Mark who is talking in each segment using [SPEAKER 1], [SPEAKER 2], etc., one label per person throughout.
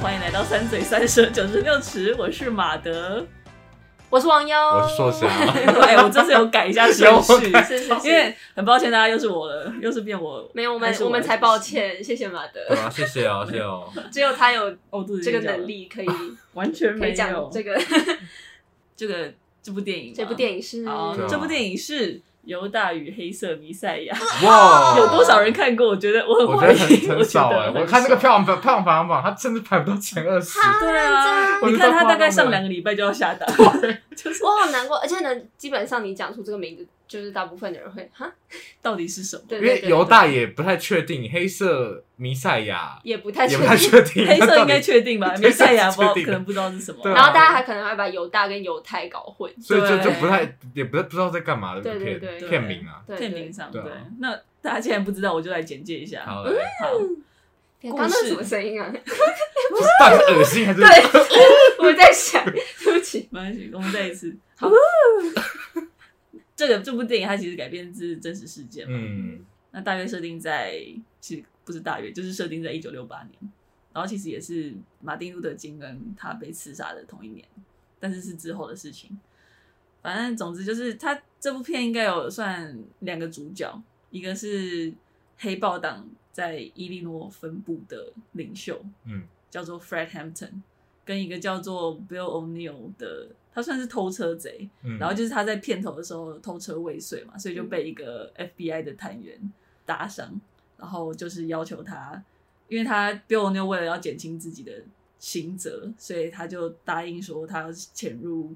[SPEAKER 1] 欢迎来到三嘴三舌九十六尺，我是马 德。
[SPEAKER 2] 我是王优，
[SPEAKER 3] 我是硕士啊，
[SPEAKER 1] 哎，我这次有改一下顺序，
[SPEAKER 3] 有改
[SPEAKER 2] 是是是，
[SPEAKER 1] 因为很抱歉，大家又是我了，又是变我，
[SPEAKER 2] 啊没有我
[SPEAKER 1] 还
[SPEAKER 2] 们
[SPEAKER 1] 是我
[SPEAKER 2] 我们才抱歉，谢谢马
[SPEAKER 3] 对
[SPEAKER 2] 德，
[SPEAKER 3] 啊，谢谢哦，谢谢哦。
[SPEAKER 2] 只有他有
[SPEAKER 1] 哦，肚子
[SPEAKER 2] 这
[SPEAKER 1] 有
[SPEAKER 2] 个
[SPEAKER 1] 点绞
[SPEAKER 2] 能
[SPEAKER 1] 了，
[SPEAKER 2] 力 可以
[SPEAKER 1] 完全
[SPEAKER 2] 可
[SPEAKER 1] 没
[SPEAKER 2] 以讲
[SPEAKER 1] 有
[SPEAKER 2] 这个
[SPEAKER 1] 这个这部电影吗，
[SPEAKER 2] 这部电影是
[SPEAKER 1] 哦
[SPEAKER 3] 对啊，
[SPEAKER 1] 这部电影是《犹大与黑色弥赛亚》，
[SPEAKER 2] 哦
[SPEAKER 3] 哇，
[SPEAKER 1] 有多少人？看过？我觉得我
[SPEAKER 3] 我
[SPEAKER 1] 很
[SPEAKER 3] 觉
[SPEAKER 1] 怀
[SPEAKER 3] 得
[SPEAKER 1] 疑，
[SPEAKER 3] 很
[SPEAKER 1] 我
[SPEAKER 3] 很
[SPEAKER 1] 觉
[SPEAKER 3] 少
[SPEAKER 1] 得
[SPEAKER 3] 哎，
[SPEAKER 1] 很
[SPEAKER 3] 我看那个
[SPEAKER 1] 少
[SPEAKER 3] 票房票房榜，它甚至排不到前二十。
[SPEAKER 1] 对啊，
[SPEAKER 3] 我
[SPEAKER 1] 你
[SPEAKER 3] 觉得
[SPEAKER 1] 看他
[SPEAKER 3] 超
[SPEAKER 1] 大概
[SPEAKER 3] 夸张的
[SPEAKER 1] 上两个礼拜就要下档，就是
[SPEAKER 2] 我好难过，而且呢，基本上你讲出这个名字，就是大部分的人会哈，
[SPEAKER 1] 到底是什么？
[SPEAKER 2] 对
[SPEAKER 3] 因
[SPEAKER 2] 对
[SPEAKER 3] 为
[SPEAKER 2] 对，
[SPEAKER 3] 犹
[SPEAKER 2] 对
[SPEAKER 3] 大也不太确定，黑色弥赛亚
[SPEAKER 2] 也不太确
[SPEAKER 3] 也不太
[SPEAKER 2] 定。
[SPEAKER 3] 确定，
[SPEAKER 1] 黑
[SPEAKER 3] 它
[SPEAKER 1] 色
[SPEAKER 3] 到
[SPEAKER 1] 应
[SPEAKER 3] 底
[SPEAKER 1] 该确定 吧？
[SPEAKER 3] 黑色
[SPEAKER 1] 弥赛亚不知道
[SPEAKER 3] 确定
[SPEAKER 1] 可能不知道是什么。
[SPEAKER 3] 对 啊
[SPEAKER 2] 然后大家还可能还把犹大跟犹太搞混，
[SPEAKER 3] 所以就
[SPEAKER 1] 对
[SPEAKER 3] 就不太也不太不知道在干嘛的
[SPEAKER 2] 对对
[SPEAKER 3] 片
[SPEAKER 2] 对
[SPEAKER 3] 片名啊。
[SPEAKER 2] 对
[SPEAKER 1] 片
[SPEAKER 2] 对
[SPEAKER 1] 名上
[SPEAKER 3] 对
[SPEAKER 1] 对
[SPEAKER 3] 啊。
[SPEAKER 1] 那大家既然不知道，我就来简介一下。好，
[SPEAKER 3] 好嘞，
[SPEAKER 2] 刚刚那
[SPEAKER 1] 故
[SPEAKER 2] 是
[SPEAKER 1] 事
[SPEAKER 2] 什么声音啊？
[SPEAKER 3] 就是到底是恶心还是？
[SPEAKER 2] 对，我在 想，对不起，
[SPEAKER 1] 没关系，我们再一 次。好， 这个这部电影它其实改编自真实事件嘛，
[SPEAKER 3] 嗯，
[SPEAKER 1] 那大约设定在其实不是大约，就是设定在一九六八年，然后其实也是马丁路德金跟他被刺杀的同一年，但是是之后的事情。反正总之就是他这部片应该有算两个主角，一个是黑豹党在伊利诺分部的领袖，
[SPEAKER 3] 嗯，
[SPEAKER 1] 叫做 Fred Hampton，跟一个叫做 Bill O'Neill 的，他算是偷车贼，
[SPEAKER 3] 嗯
[SPEAKER 1] 然后就是他在片头的时候偷车未遂嘛，所以就被一个 FBI 的探员打伤，然后就是要求他，因为他 Bill O'Neill 为了要减轻自己的刑责，所以他就答应说他要潜入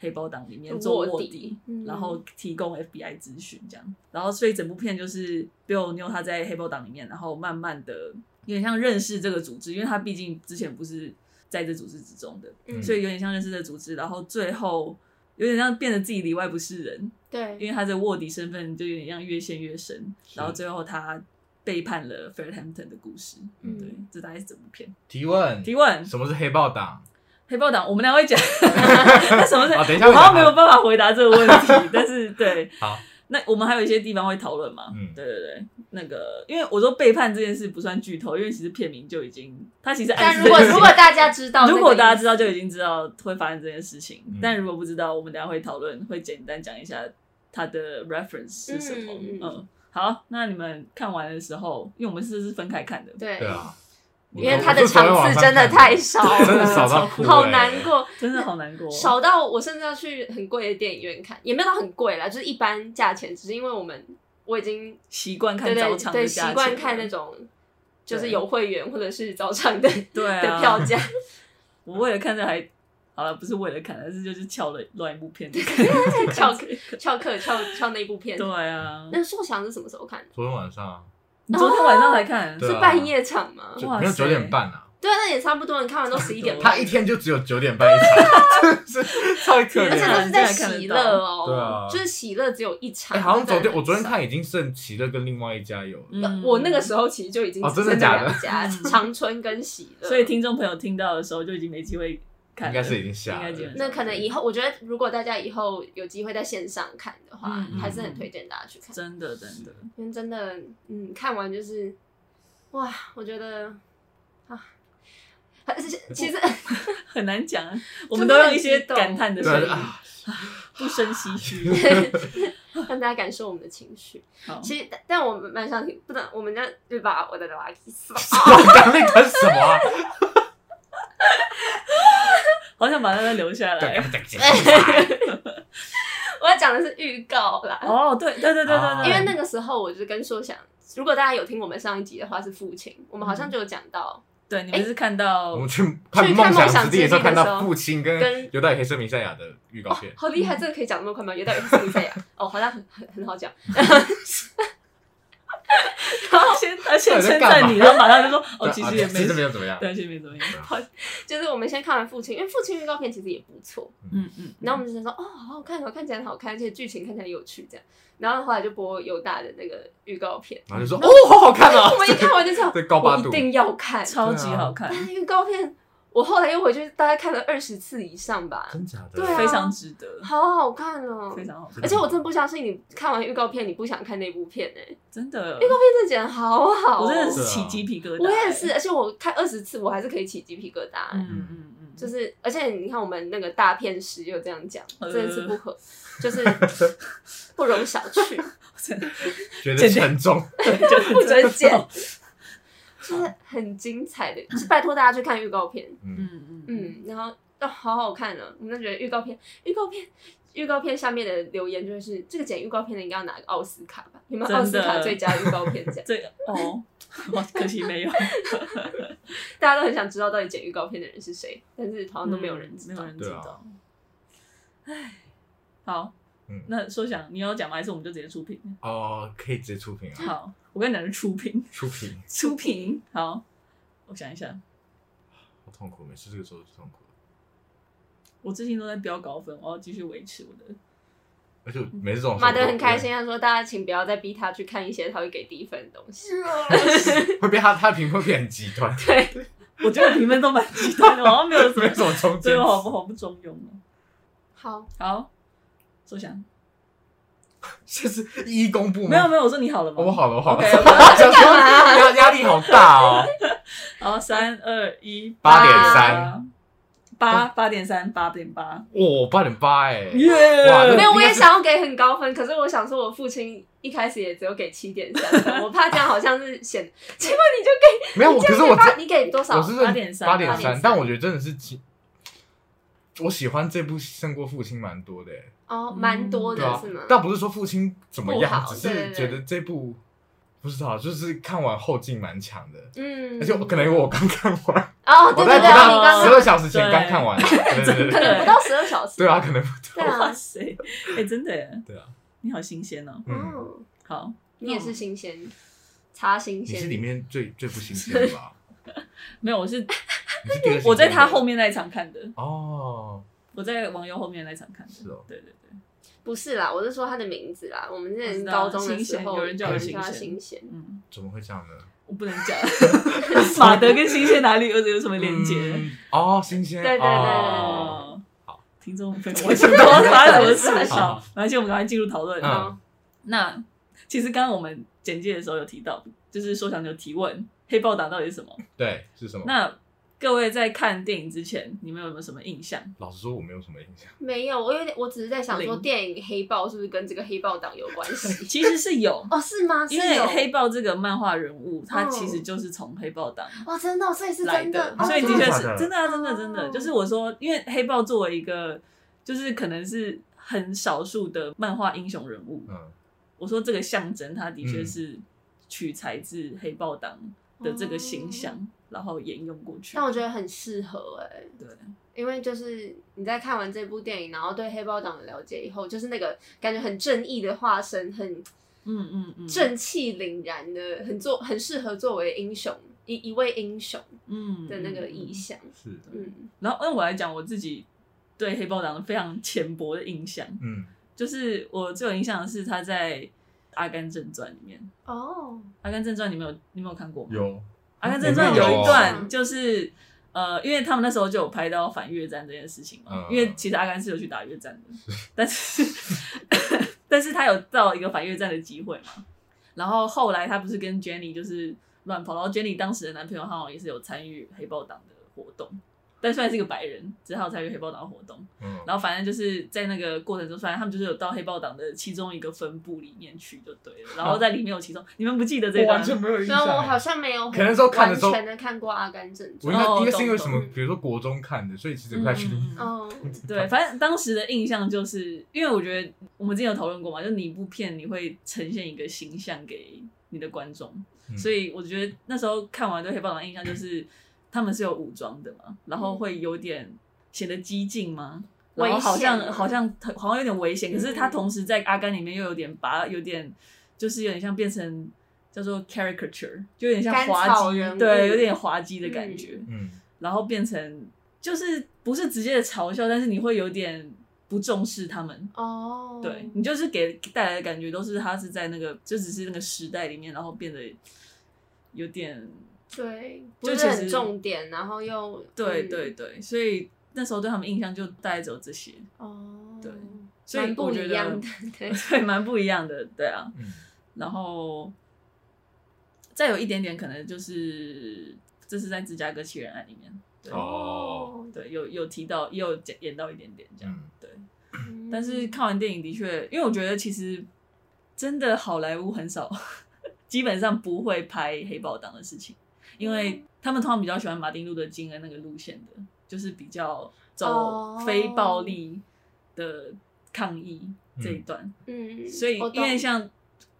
[SPEAKER 1] 黑豹党里面做
[SPEAKER 2] 卧
[SPEAKER 1] 卧
[SPEAKER 2] 底
[SPEAKER 1] 底，
[SPEAKER 2] 嗯
[SPEAKER 1] 然后提供 FBI 咨询这样，然后所以整部片就是 Bill O'Neill 他在黑豹党里面，然后慢慢的有点像认识这个组织，因为他毕竟之前不是在这组织之中的，
[SPEAKER 2] 嗯
[SPEAKER 1] 所以有点像认识这组织，然后最后有点像变得自己里外不是人，因
[SPEAKER 2] 对，
[SPEAKER 1] 为他的卧底身份就有点像越陷越深，然后最后他背叛了 f a i r h a m p t o n 的故事。
[SPEAKER 2] 嗯
[SPEAKER 1] 对，这大概是整部片。
[SPEAKER 3] 提问
[SPEAKER 1] 提问：
[SPEAKER 3] 什么是黑豹党？
[SPEAKER 1] 黑豹党，我们俩会讲 那什么是？
[SPEAKER 3] 啊等一下
[SPEAKER 1] 我
[SPEAKER 3] 会讲
[SPEAKER 1] 好像没有办法回答这个问 题，但是对，
[SPEAKER 3] 好，
[SPEAKER 1] 那我们还有一些地方会讨论嘛？
[SPEAKER 3] 嗯
[SPEAKER 1] 对对对，那个因为我说背叛这件事不算剧透，因为其实片名就已经，他其实暗
[SPEAKER 2] 但
[SPEAKER 3] 哎
[SPEAKER 1] 示
[SPEAKER 2] 如果
[SPEAKER 1] 这件事
[SPEAKER 2] 如果大家知道，
[SPEAKER 1] 如果大家知道，就已经知道会发生这件事情。
[SPEAKER 3] 嗯
[SPEAKER 1] 但如果不知道，我们等一下会讨论，会简单讲一下它的 reference 是什么。
[SPEAKER 2] 嗯嗯
[SPEAKER 1] 嗯
[SPEAKER 2] 嗯
[SPEAKER 1] 好，那你们看完的时候，因为我们是是分开看的，
[SPEAKER 2] 对
[SPEAKER 3] 对，啊，
[SPEAKER 2] 因为他的场次真的太少了，
[SPEAKER 3] 真的少到哭，
[SPEAKER 2] 好难。过，
[SPEAKER 1] 真的好 难过。
[SPEAKER 2] 少到我甚至要去很贵的电影院看，也没有到很贵啦，就是一般价钱，只是因为我们我已经
[SPEAKER 1] 习惯看
[SPEAKER 2] 对
[SPEAKER 1] 早
[SPEAKER 2] 对
[SPEAKER 1] 场
[SPEAKER 2] 对
[SPEAKER 1] 的
[SPEAKER 2] 习
[SPEAKER 1] 价钱
[SPEAKER 2] 惯看那种就是有会员或者是早场的
[SPEAKER 1] 对
[SPEAKER 2] 的票
[SPEAKER 1] 啊，
[SPEAKER 2] 价，
[SPEAKER 1] 我为了看这还好了，不是为了看，但是就是翘了乱一部片。
[SPEAKER 2] 翘翘课翘翘那一部片。
[SPEAKER 1] 对啊，
[SPEAKER 2] 那硕翔是什么时候看的？
[SPEAKER 3] 昨天晚上
[SPEAKER 1] 你昨天晚上才看，
[SPEAKER 3] 对
[SPEAKER 2] 是
[SPEAKER 3] 啊
[SPEAKER 2] 半夜场吗？
[SPEAKER 3] 九
[SPEAKER 1] 哇
[SPEAKER 3] 没有
[SPEAKER 1] 塞
[SPEAKER 3] 九点半啊，
[SPEAKER 2] 对啊，那也差不多，你看完都十一点
[SPEAKER 1] 差
[SPEAKER 2] 半
[SPEAKER 3] 他，一天就只有九点半一场，真的 是太可
[SPEAKER 2] 而且都
[SPEAKER 3] 怜了。
[SPEAKER 2] 是在喜乐哦，
[SPEAKER 3] 对啊
[SPEAKER 2] 就是喜乐只有一场。
[SPEAKER 3] 哎，好像昨
[SPEAKER 2] 真
[SPEAKER 3] 天
[SPEAKER 2] 的
[SPEAKER 3] 我昨天看已经剩齐乐跟另外一家有了，
[SPEAKER 1] 嗯
[SPEAKER 2] 我那个时候其实就已经
[SPEAKER 3] 哦
[SPEAKER 2] 只剩
[SPEAKER 3] 真的假的
[SPEAKER 2] 两 家，
[SPEAKER 1] 嗯
[SPEAKER 2] 长春跟喜乐。
[SPEAKER 1] 所以听众朋友听到的时候就已经没机会看
[SPEAKER 3] 应
[SPEAKER 1] 了，
[SPEAKER 3] 该是已经下
[SPEAKER 1] 应该
[SPEAKER 3] 了
[SPEAKER 1] 基。本上
[SPEAKER 2] 那可能以后，我觉得如果大家以后有机会在线上看的话，
[SPEAKER 1] 嗯
[SPEAKER 2] 还是很推荐大家去看，
[SPEAKER 1] 真的真的。
[SPEAKER 2] 因为真的，嗯，看完就是，哇，我觉得啊，而且其实
[SPEAKER 1] 很难讲啊，我们都用一些感叹的声
[SPEAKER 3] 对
[SPEAKER 1] 音，
[SPEAKER 3] 啊，
[SPEAKER 1] 不生唏嘘。
[SPEAKER 2] 让大家感受我们的情绪。
[SPEAKER 1] 好，
[SPEAKER 2] 其实，但但我们蛮想听，不能，我们家对吧？我的垃圾死了。
[SPEAKER 3] 我啊 刚那个什么啊？
[SPEAKER 1] 好想把那个留下来。
[SPEAKER 2] 我要讲的是预告啦，
[SPEAKER 1] 哦，对对对对对对，
[SPEAKER 2] 因为那个时候我就是跟硕想，如果大家有听我们上一集的话是父亲，我们好像就有讲到
[SPEAKER 1] 对你们是看到
[SPEAKER 3] 我们去看《梦想之地》的时候，看到父亲跟犹大黑色弥赛亚的预告
[SPEAKER 2] 哦
[SPEAKER 3] 片，，
[SPEAKER 2] 好厉害，这个可以讲那么快吗？有点意思呀。哦，好像很很很好讲，
[SPEAKER 1] 先他先
[SPEAKER 3] 在
[SPEAKER 1] 称
[SPEAKER 3] 干嘛
[SPEAKER 1] 赞你，然后马上就说哦，
[SPEAKER 3] 对
[SPEAKER 1] 其
[SPEAKER 3] 啊
[SPEAKER 1] 实也
[SPEAKER 3] 其
[SPEAKER 1] 没
[SPEAKER 3] 实没有怎么样。
[SPEAKER 1] 对，其实没怎么样。
[SPEAKER 2] 就是我们先看完父亲，因为父亲预告片其实也不错，
[SPEAKER 1] 嗯嗯，
[SPEAKER 2] 然后我们就想说哦，好好看哦，看起来很好看，而且剧情看起来有趣这样。然后后来就播犹大的那个预告片，
[SPEAKER 3] 然后就说：“ 哦，好好看啊
[SPEAKER 2] 我们一看完就知道，
[SPEAKER 3] 对高八
[SPEAKER 2] 我
[SPEAKER 3] 度
[SPEAKER 2] 一定要看。啊
[SPEAKER 1] 超级好看
[SPEAKER 2] 但。是预告片我后来又回去大概看了二十次以上吧，
[SPEAKER 3] 真假的？
[SPEAKER 2] 对啊
[SPEAKER 1] 非常值得，
[SPEAKER 2] 好好看哦
[SPEAKER 1] 非。常好看，
[SPEAKER 2] 而且我真的不相信你看完预告片，你不想看那部片哎、欸，
[SPEAKER 1] 真的，
[SPEAKER 2] 真的剪得好好、哦，
[SPEAKER 1] 我真的
[SPEAKER 3] 是
[SPEAKER 1] 是起鸡皮疙瘩、哎
[SPEAKER 2] 我也是，，而且我看二十次，我还是可以起鸡皮疙瘩、
[SPEAKER 1] 嗯嗯嗯，
[SPEAKER 2] 就是是，而且你看我们那个大片师又这样讲，
[SPEAKER 1] 呃
[SPEAKER 2] 真的是不可，就是不容小觑。
[SPEAKER 1] 真的
[SPEAKER 3] 觉得
[SPEAKER 1] 简直
[SPEAKER 3] 沉重，
[SPEAKER 1] 对，就
[SPEAKER 2] 不准剪
[SPEAKER 1] 嗯
[SPEAKER 2] 就是很精彩的，就是拜托大家去看预告片，
[SPEAKER 3] 嗯，
[SPEAKER 1] 嗯嗯，
[SPEAKER 2] 嗯，然后哦，好好看哦，我们就觉得预告片，预告片，预告片下面的留言就是这个剪预告片的应该要拿个奥斯卡吧？有没有
[SPEAKER 1] 真的
[SPEAKER 2] 奥斯卡最佳预告片奖？
[SPEAKER 1] 这个哦， 哇可惜没有，
[SPEAKER 2] 大家都很想知道到底剪预告片的人是谁，但是好像哦都没有人知
[SPEAKER 1] 嗯没
[SPEAKER 2] 道
[SPEAKER 1] 有。人知
[SPEAKER 3] 对啊
[SPEAKER 1] 道，唉，好
[SPEAKER 3] 嗯。
[SPEAKER 1] 那说想你要讲吗？还是我们就直接出 评？
[SPEAKER 3] 哦，可以直接出品啊，
[SPEAKER 1] 好，我跟你讲是出 评，
[SPEAKER 3] 出品
[SPEAKER 1] 出评。好，我想一下，
[SPEAKER 3] 好痛苦，每次这个时候就痛苦，
[SPEAKER 1] 我最近都在飙高分，我要继续维持我的。
[SPEAKER 3] 而且我每次这种时候
[SPEAKER 2] 马德很开心，他说：“大家请不要再逼他去看一些他会给低分的东西。
[SPEAKER 3] 对， 会被他他的评分变很极端，
[SPEAKER 1] 我觉得评分都蛮极端的，我好像没有什
[SPEAKER 3] 没有
[SPEAKER 1] 么，
[SPEAKER 3] 什么中
[SPEAKER 1] 对
[SPEAKER 3] 间
[SPEAKER 1] 我好不好不中庸哦。”
[SPEAKER 2] 好，
[SPEAKER 1] 好，说想
[SPEAKER 3] 这是一公布吗？
[SPEAKER 1] 没有没有，我说你好了吗？
[SPEAKER 3] 哦，我好了，我好了
[SPEAKER 1] OK，
[SPEAKER 3] 想说压压力好大哦，
[SPEAKER 1] 好，三二一，
[SPEAKER 3] 8.3，
[SPEAKER 1] 八八点三，八点八，
[SPEAKER 3] 哇，八点八哎，
[SPEAKER 1] 耶！
[SPEAKER 3] 哇 那
[SPEAKER 2] 没有，我也
[SPEAKER 3] 应该是
[SPEAKER 2] 想要给很高分，可是我想说，我父亲一开始也只有给七点三分，我怕这样好像是显，结果你就给，
[SPEAKER 3] 没有，我
[SPEAKER 2] 你这
[SPEAKER 3] 可
[SPEAKER 2] 样
[SPEAKER 3] 是我
[SPEAKER 2] 给八
[SPEAKER 3] 真
[SPEAKER 2] 你给多少？
[SPEAKER 3] 我是认
[SPEAKER 1] 8.3
[SPEAKER 3] 八点
[SPEAKER 2] 8.3
[SPEAKER 3] 三，但我觉得真的是极，我喜欢这部胜过父亲蛮多的欸，
[SPEAKER 2] 哦，蛮多
[SPEAKER 3] 对
[SPEAKER 2] 的
[SPEAKER 3] 啊
[SPEAKER 2] 是吗？，
[SPEAKER 3] 倒不是说父亲怎么
[SPEAKER 2] 不
[SPEAKER 3] 样，
[SPEAKER 2] 好
[SPEAKER 3] 只
[SPEAKER 2] 对对
[SPEAKER 3] 是
[SPEAKER 2] 对
[SPEAKER 3] 觉得这部不知道，就是看完后劲蛮强的，
[SPEAKER 2] 嗯，
[SPEAKER 3] 而且我可能因为我刚看完，
[SPEAKER 2] 哦，对
[SPEAKER 3] 我
[SPEAKER 1] 知
[SPEAKER 2] 对对啊，
[SPEAKER 3] 在不
[SPEAKER 2] 你
[SPEAKER 1] 道
[SPEAKER 3] 到
[SPEAKER 2] 刚
[SPEAKER 3] 十
[SPEAKER 2] 刚
[SPEAKER 3] 二小时前
[SPEAKER 1] 对
[SPEAKER 3] 刚看完，对对对
[SPEAKER 2] 可能
[SPEAKER 3] 对
[SPEAKER 2] 不到十二小时，哦
[SPEAKER 3] 对啊，可能不
[SPEAKER 2] 对
[SPEAKER 1] 哇
[SPEAKER 2] 啊，
[SPEAKER 1] 塞，哎、真的耶，
[SPEAKER 3] 对啊，
[SPEAKER 1] 你好新鲜哦。
[SPEAKER 3] 嗯，
[SPEAKER 2] 哦，
[SPEAKER 1] 好，
[SPEAKER 2] 你也是新鲜，茶新
[SPEAKER 3] 你是
[SPEAKER 2] 鲜
[SPEAKER 3] 里，面最最不新鲜 的吧？
[SPEAKER 1] 没有，我是
[SPEAKER 3] 你是第二新鲜的
[SPEAKER 1] 我在他后面那一场看的，
[SPEAKER 3] 哦，
[SPEAKER 1] 我在网友后面那一场看的。
[SPEAKER 3] 是哦
[SPEAKER 1] 对对对，
[SPEAKER 2] 不是啦，我是说他的名字啦，我们之
[SPEAKER 1] 我
[SPEAKER 2] 前
[SPEAKER 1] 知道
[SPEAKER 2] 高中的
[SPEAKER 1] 新
[SPEAKER 2] 时
[SPEAKER 1] 鲜
[SPEAKER 2] 候，
[SPEAKER 1] 有人叫
[SPEAKER 2] 有
[SPEAKER 1] 我
[SPEAKER 2] 人叫他
[SPEAKER 1] 新鲜
[SPEAKER 2] 新鲜，
[SPEAKER 1] 嗯，
[SPEAKER 3] 怎么会这样呢？
[SPEAKER 1] 我不能讲 马德跟新鲜哪里有有什么连接？
[SPEAKER 3] 嗯哦，新鲜，
[SPEAKER 2] 对对对
[SPEAKER 3] 哦
[SPEAKER 1] 哦，
[SPEAKER 3] 好，
[SPEAKER 1] 听众朋友，我先不知道发生什么事。
[SPEAKER 3] 好
[SPEAKER 1] 好，没关系，我们赶快进入讨论。
[SPEAKER 3] 嗯
[SPEAKER 2] 哦
[SPEAKER 1] 那其实刚刚我们简介的时候有提到，就是说想有提问黑豹党到底是什么？
[SPEAKER 3] 对，是什么？
[SPEAKER 1] 那各位在看电影之前，你们有没有什么印 象？
[SPEAKER 3] 老实说，我没有什么印象。
[SPEAKER 2] 没有，我有点，我只是在想说，
[SPEAKER 1] 零
[SPEAKER 2] 电影《黑豹》是不是跟这个黑豹党有关 系？
[SPEAKER 1] 其实是有，
[SPEAKER 2] 哦，是吗？是
[SPEAKER 1] 因为
[SPEAKER 2] 有
[SPEAKER 1] 黑豹这个漫画人物，他
[SPEAKER 2] 嗯
[SPEAKER 1] 其实就是从黑豹党
[SPEAKER 2] 哦，真的哦，所以是
[SPEAKER 1] 来
[SPEAKER 2] 真的，哦
[SPEAKER 1] 所以的
[SPEAKER 2] 真
[SPEAKER 1] 确
[SPEAKER 3] 真的
[SPEAKER 1] 是
[SPEAKER 3] 假的
[SPEAKER 1] 真的啊，真的真的，
[SPEAKER 2] 哦
[SPEAKER 1] 就是我说，因为黑豹作为一个，就是可能是很少数的漫画英雄人物，
[SPEAKER 3] 嗯，
[SPEAKER 1] 我说这个象征，它的
[SPEAKER 2] 嗯
[SPEAKER 1] 确是取材自黑豹党的这个形象，然后沿用过去。
[SPEAKER 2] 哦但我觉得很适合哎、
[SPEAKER 1] 对，
[SPEAKER 2] 因为就是你在看完这部电影，然后对黑豹党的了解以后，就是那个感觉很正义的化身，很
[SPEAKER 1] 嗯嗯嗯，
[SPEAKER 2] 正气凛然的，很做很适合作为英雄一一位英雄
[SPEAKER 1] 嗯
[SPEAKER 2] 的那个意。象。
[SPEAKER 3] 是的，
[SPEAKER 2] 嗯，
[SPEAKER 1] 然后，那我来讲我自己对黑豹党非常浅薄的印象，
[SPEAKER 3] 嗯，
[SPEAKER 1] 就是我最有印象的是他在《阿甘正传》里面，《
[SPEAKER 2] 哦，
[SPEAKER 1] 阿甘正传》你们有你们有看过吗？
[SPEAKER 3] 有
[SPEAKER 1] 《阿甘正传》
[SPEAKER 2] 里面有
[SPEAKER 1] 有一
[SPEAKER 2] 哦
[SPEAKER 1] 段就是。呃，因为他们那时候就有拍到反越战这件事情嘛，
[SPEAKER 3] 嗯
[SPEAKER 1] 因为其实阿甘是有去打越战的， 但是但是 他有到一个反越战的机会嘛，然后后来他不是跟 Jenny 就是乱跑，然后 Jenny 当时的男朋友他好像也是有参与黑豹党的活动，但虽然是一个白人，只是他有参与黑豹党的活动，
[SPEAKER 3] 嗯，
[SPEAKER 1] 然后反正就是在那个过程中，反正他们就是有到黑豹党的其中一个分部里面去就对了，然后在里面有其中，你们不记得这
[SPEAKER 3] 我
[SPEAKER 1] 段吗？
[SPEAKER 3] 完全没有印
[SPEAKER 2] 虽
[SPEAKER 3] 象
[SPEAKER 2] 然
[SPEAKER 3] 欸。
[SPEAKER 2] 我好像没有
[SPEAKER 3] 可能那时候看的
[SPEAKER 2] 完
[SPEAKER 3] 时候
[SPEAKER 2] 全的看过《阿甘正
[SPEAKER 3] 我
[SPEAKER 2] 传
[SPEAKER 3] 应》该
[SPEAKER 1] 哦
[SPEAKER 3] 应该是因为
[SPEAKER 1] 懂
[SPEAKER 3] 什么
[SPEAKER 2] 懂，
[SPEAKER 3] 比如说国中看的，所以其实不太确定。
[SPEAKER 1] 嗯嗯嗯
[SPEAKER 2] 哦，
[SPEAKER 1] 对，反正当时的印象就是，因为我觉得我们之前有讨论过嘛，就是你一部片你会呈现一个形象给你的观众，
[SPEAKER 3] 嗯
[SPEAKER 1] 所以我觉得那时候看完对黑豹党的印象就是，他们是有武装的嘛，然后会有点显得激进嘛，然后好
[SPEAKER 2] 危险
[SPEAKER 1] 像
[SPEAKER 2] 啊
[SPEAKER 1] 好像好像有点危险，可是他
[SPEAKER 2] 嗯
[SPEAKER 1] 同时在阿甘里面又有点把有点就是有点像变成叫做 caricature，就有点像
[SPEAKER 2] 甘
[SPEAKER 1] 滑
[SPEAKER 2] 草
[SPEAKER 1] 稽
[SPEAKER 2] 人，物
[SPEAKER 1] 对，有点滑稽的感觉，
[SPEAKER 3] 嗯，
[SPEAKER 1] 然后变成就是不是直接的嘲笑，但是你会有点不重视他们。
[SPEAKER 2] 哦，
[SPEAKER 1] 对你就是给带来的感觉都是他是在那个就只是那个时代里面，然后变得有点
[SPEAKER 2] 对，
[SPEAKER 1] 就
[SPEAKER 2] 不
[SPEAKER 1] 其
[SPEAKER 2] 是
[SPEAKER 1] 实
[SPEAKER 2] 很重点，然后又
[SPEAKER 1] 对
[SPEAKER 2] 嗯
[SPEAKER 1] 对对，所以那时候对他们印象就大概只有这些，
[SPEAKER 2] 哦，
[SPEAKER 1] 对所以
[SPEAKER 2] 蛮
[SPEAKER 1] 我
[SPEAKER 2] 不
[SPEAKER 1] 觉
[SPEAKER 2] 一
[SPEAKER 1] 得
[SPEAKER 2] 样 的，对，
[SPEAKER 1] 对，蛮不一样的，对啊。
[SPEAKER 3] 嗯，
[SPEAKER 1] 然后再有一点点可能就是这是在《芝加哥七人案》里面，对、
[SPEAKER 3] 哦，
[SPEAKER 1] 对，有有提到，也有讲演到一点点这样，
[SPEAKER 3] 嗯
[SPEAKER 1] 对。
[SPEAKER 2] 嗯
[SPEAKER 1] 但是看完电影的确，因为我觉得其实真的好莱坞很少， 基本上不会拍黑豹党的事情，因为
[SPEAKER 2] 嗯
[SPEAKER 1] 他们通常比较喜欢马丁路德金的那个路线的，就是比较走
[SPEAKER 2] 哦
[SPEAKER 1] 非暴力的抗议这一段。
[SPEAKER 2] 嗯，
[SPEAKER 1] 所以
[SPEAKER 2] 我
[SPEAKER 1] 因为
[SPEAKER 2] 懂
[SPEAKER 1] 像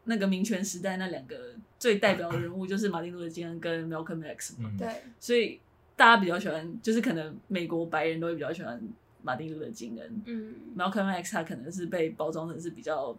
[SPEAKER 1] 那个民权时代那两个最代表的人物就是马丁路德金跟 Malcolm X 嘛，
[SPEAKER 3] 嗯，
[SPEAKER 2] 对
[SPEAKER 1] 所以大家比较喜欢，就是可能美国白人都会比较喜欢马丁路德金跟
[SPEAKER 2] 嗯
[SPEAKER 1] Malcolm X 他可能是被包装成是比较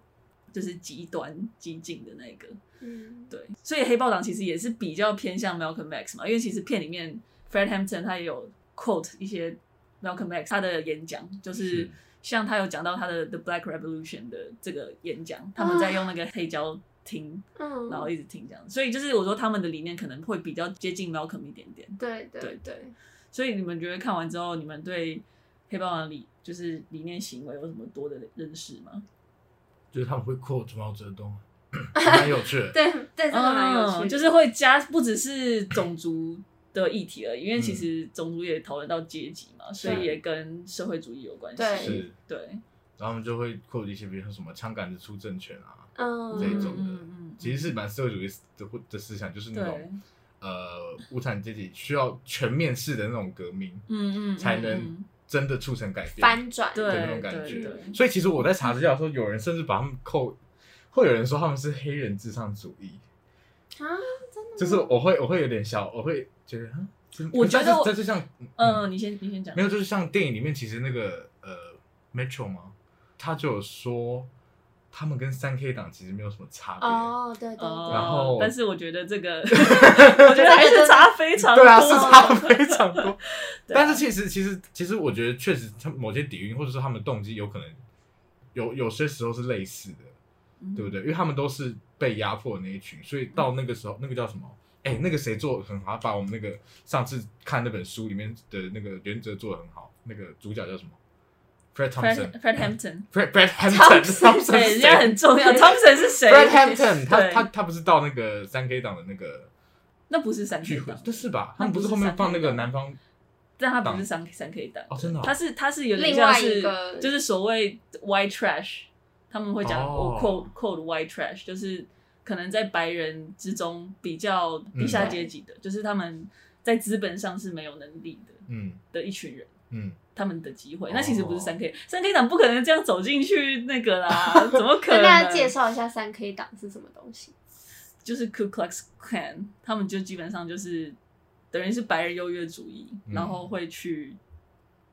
[SPEAKER 1] 就是极端激进的那个，
[SPEAKER 2] 嗯
[SPEAKER 1] 对，所以黑豹党其实也是比较偏向 Malcolm X 嘛，因为其实片里面 Fred Hampton 他也有 quote 一些 Malcolm X 他的演讲，就是
[SPEAKER 3] 是
[SPEAKER 1] 像他有讲到他的 The Black Revolution 的这个演讲，他们在用那个黑胶听，
[SPEAKER 2] 嗯，
[SPEAKER 1] 然后一直听这样，所以就是我说他们的理念可能会比较接近 Malcolm 一点点，
[SPEAKER 2] 对
[SPEAKER 1] 对
[SPEAKER 2] 对对，
[SPEAKER 1] 所以你们觉得看完之后，你们对黑豹党的理就是理念行为有什么多的认识吗？
[SPEAKER 3] 就是他们会 quote 毛泽 东，蛮有趣的。
[SPEAKER 2] 对对，这个蛮有趣的，
[SPEAKER 1] 嗯，就是会加不只是种族的议题而已，因为其
[SPEAKER 3] 嗯
[SPEAKER 1] 实种族也讨论到阶级嘛，所以也跟社会主义有关系。
[SPEAKER 2] 对
[SPEAKER 3] 是，
[SPEAKER 1] 对，
[SPEAKER 3] 然后他们就会 quote 一些，比如说什么枪杆子出政权啊，
[SPEAKER 2] 嗯
[SPEAKER 3] 这一种的
[SPEAKER 1] 嗯嗯
[SPEAKER 3] 其实是蛮社会主义的的思想，就是
[SPEAKER 1] 对
[SPEAKER 3] 那
[SPEAKER 1] 嗯
[SPEAKER 3] 种，呃无产阶级需要全面式的那种革命，
[SPEAKER 1] 嗯嗯，
[SPEAKER 3] 才
[SPEAKER 1] 嗯
[SPEAKER 3] 能
[SPEAKER 1] 嗯
[SPEAKER 3] 真的促成改变。
[SPEAKER 2] 翻转，
[SPEAKER 1] 对
[SPEAKER 3] 的那种感
[SPEAKER 1] 对
[SPEAKER 3] 觉
[SPEAKER 1] 对
[SPEAKER 3] 所以其实我在查资料的时候，有人甚至把他们扣，会有人说他们是黑人至上主义，
[SPEAKER 2] 啊，
[SPEAKER 3] 就是我会我会有点小，我会觉得，啊真
[SPEAKER 1] 我觉得
[SPEAKER 3] 但
[SPEAKER 1] 我
[SPEAKER 3] 是但是像
[SPEAKER 1] 嗯，你先你先讲
[SPEAKER 3] 没，有，就是像电影里面，其实那个呃，Metro 嘛，他就有说他们跟三 K 党其实没有什么差别。
[SPEAKER 2] 哦，对对
[SPEAKER 1] 哦
[SPEAKER 2] 对，
[SPEAKER 3] 然后
[SPEAKER 1] 但是我觉得这 个，我觉得还是差非常多。
[SPEAKER 3] 对啊，是差非常多。
[SPEAKER 1] 对啊
[SPEAKER 3] 但是其实其实其实，我觉得确实，他们某些底蕴或者是他们动机，有可能有有些时候是类似的，对不
[SPEAKER 1] 对？
[SPEAKER 3] 对？因为他们都是被压迫的那一群，所以到那个
[SPEAKER 1] 嗯
[SPEAKER 3] 时候，那个叫什么？哎，那个谁做的很好，他把我们那个上次看那本书里面的那个原则做的很好，那个主角叫什么？Fred Thompson。
[SPEAKER 1] Fred Fred Hampton，
[SPEAKER 3] Fred Fred Hampton Thompson 是
[SPEAKER 1] 对，
[SPEAKER 3] 谁
[SPEAKER 1] 人家很重要。Thompson 是谁
[SPEAKER 3] Fred Hampton，他
[SPEAKER 1] 对
[SPEAKER 3] 他他不是到那个三 K 党的那个
[SPEAKER 1] 那不是三
[SPEAKER 3] 聚
[SPEAKER 1] K
[SPEAKER 3] 会
[SPEAKER 1] 党，，
[SPEAKER 3] 这是吧？
[SPEAKER 1] 那
[SPEAKER 3] 他们
[SPEAKER 1] 不
[SPEAKER 3] 不
[SPEAKER 1] 是
[SPEAKER 3] 是后面放那个
[SPEAKER 1] 3K
[SPEAKER 3] 南方
[SPEAKER 1] 但他不是三三 K 党
[SPEAKER 3] 哦真的哦
[SPEAKER 1] 他是他是有点
[SPEAKER 2] 另
[SPEAKER 1] 像
[SPEAKER 2] 外
[SPEAKER 1] 是
[SPEAKER 2] 一个
[SPEAKER 1] 就是所谓 white trash，他们会讲我
[SPEAKER 3] 哦
[SPEAKER 1] quote quote white trash，就是可能在白人之中比较低下阶级的，就是他们在资本上是没有能力的
[SPEAKER 3] 嗯
[SPEAKER 1] 的一群人。
[SPEAKER 3] 嗯，
[SPEAKER 1] 他们的机会，
[SPEAKER 3] 哦
[SPEAKER 1] 那其实不是三 K，三 K 党不可能这样走进去那个啦， 怎么可
[SPEAKER 2] 跟
[SPEAKER 1] 能？
[SPEAKER 2] 大家介绍一下三 K 党是什么东西。
[SPEAKER 1] 就是 Ku Klux Klan，他们就基本上就是等于是白人优越主义，
[SPEAKER 3] 嗯
[SPEAKER 1] 然后会去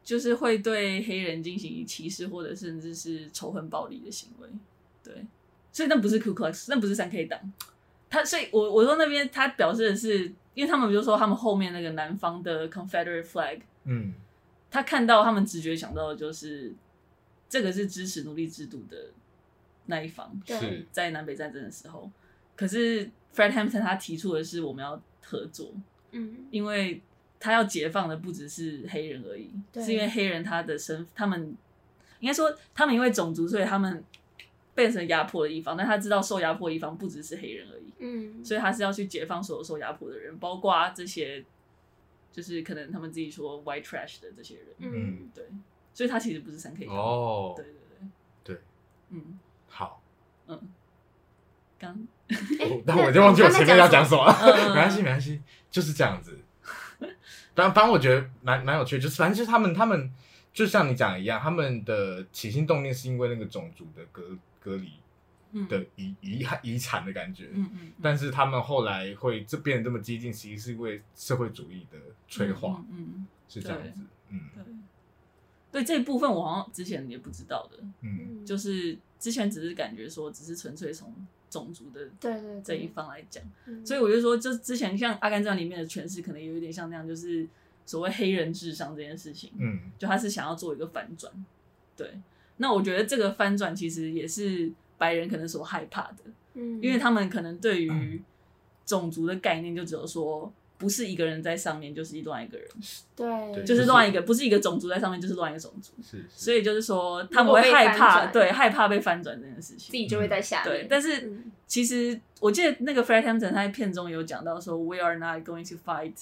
[SPEAKER 1] 就是会对黑人进行歧视或者甚至是仇恨暴力的行为。对，所以那不是 Ku Klux，那不是三 K 党。他所以我，我说那边他表示的是，因为他们就说他们后面那个南方的 Confederate flag，
[SPEAKER 3] 嗯，
[SPEAKER 1] 他看到他们直觉想到的就是这个是支持奴隶制度的那一方，
[SPEAKER 2] 对
[SPEAKER 3] 是
[SPEAKER 1] 在南北战争的时候。可是 Fred Hampton 他提出的是我们要合作，
[SPEAKER 2] 嗯，
[SPEAKER 1] 因为他要解放的不只是黑人而已，
[SPEAKER 2] 对
[SPEAKER 1] 是因为黑人他的身，他们应该说他们因为种族，所以他们变成压迫的一方，但他知道受压迫的一方不只是黑人而已，
[SPEAKER 2] 嗯，
[SPEAKER 1] 所以他是要去解放所有受压迫的人，包括这些就是可能他们自己说 white trash 的这些人，
[SPEAKER 2] 嗯
[SPEAKER 1] 对，所以他其实不是三 K 党，
[SPEAKER 3] 哦
[SPEAKER 1] 对，对对，
[SPEAKER 3] 对，
[SPEAKER 1] 嗯
[SPEAKER 3] 好，
[SPEAKER 1] 嗯，刚哎
[SPEAKER 3] 我但我就忘记我前面要讲什么了，
[SPEAKER 1] 嗯嗯嗯
[SPEAKER 3] 没关系没关系，就是这样子。 反反正我觉得蛮蛮有趣的，就是反正就是他们他们就像你讲的一样，他们的起心动念是因为那个种族的隔隔离
[SPEAKER 1] 嗯
[SPEAKER 3] 的遗遗憾遗产的感觉，
[SPEAKER 1] 嗯嗯，
[SPEAKER 3] 但是他们后来会这变得这么激进，其实是因为社会主义的催化，
[SPEAKER 1] 嗯嗯嗯
[SPEAKER 3] 是这样子。嗯
[SPEAKER 1] 对，对这一部分我好像之前也不知道的，
[SPEAKER 3] 嗯
[SPEAKER 1] 就是是之前只是感觉说，只是纯粹从种族的
[SPEAKER 2] 对对
[SPEAKER 1] 这一，方来讲，
[SPEAKER 2] 嗯
[SPEAKER 1] 所以我就说，就之前像《阿甘正传》里面的诠释，可能有一点像那样，就是所谓黑人至上这件事情，
[SPEAKER 3] 嗯
[SPEAKER 1] 就他是想要做一个反转，对。那我觉得这个翻转其实也是白人可能所害怕的，
[SPEAKER 2] 嗯
[SPEAKER 1] 因为他们可能对于种族的概念就只有说不是一个人在上面，就是乱一个人，
[SPEAKER 2] 对，
[SPEAKER 3] 对
[SPEAKER 1] 就是
[SPEAKER 3] 就是
[SPEAKER 1] 乱一个，不是一个种族在上面，就是乱一个种族。
[SPEAKER 3] 是，是
[SPEAKER 1] 所以就是说，他们
[SPEAKER 2] 如果
[SPEAKER 1] 会
[SPEAKER 2] 被
[SPEAKER 1] 害怕，
[SPEAKER 2] 翻转
[SPEAKER 1] 对，害怕被翻转这件事
[SPEAKER 2] 自
[SPEAKER 1] 情。
[SPEAKER 2] 己就会在下面。
[SPEAKER 1] 对，但是
[SPEAKER 2] 嗯
[SPEAKER 1] 其实我记得那个 Fred Hampton 他在片中有讲到说，We are not going to fight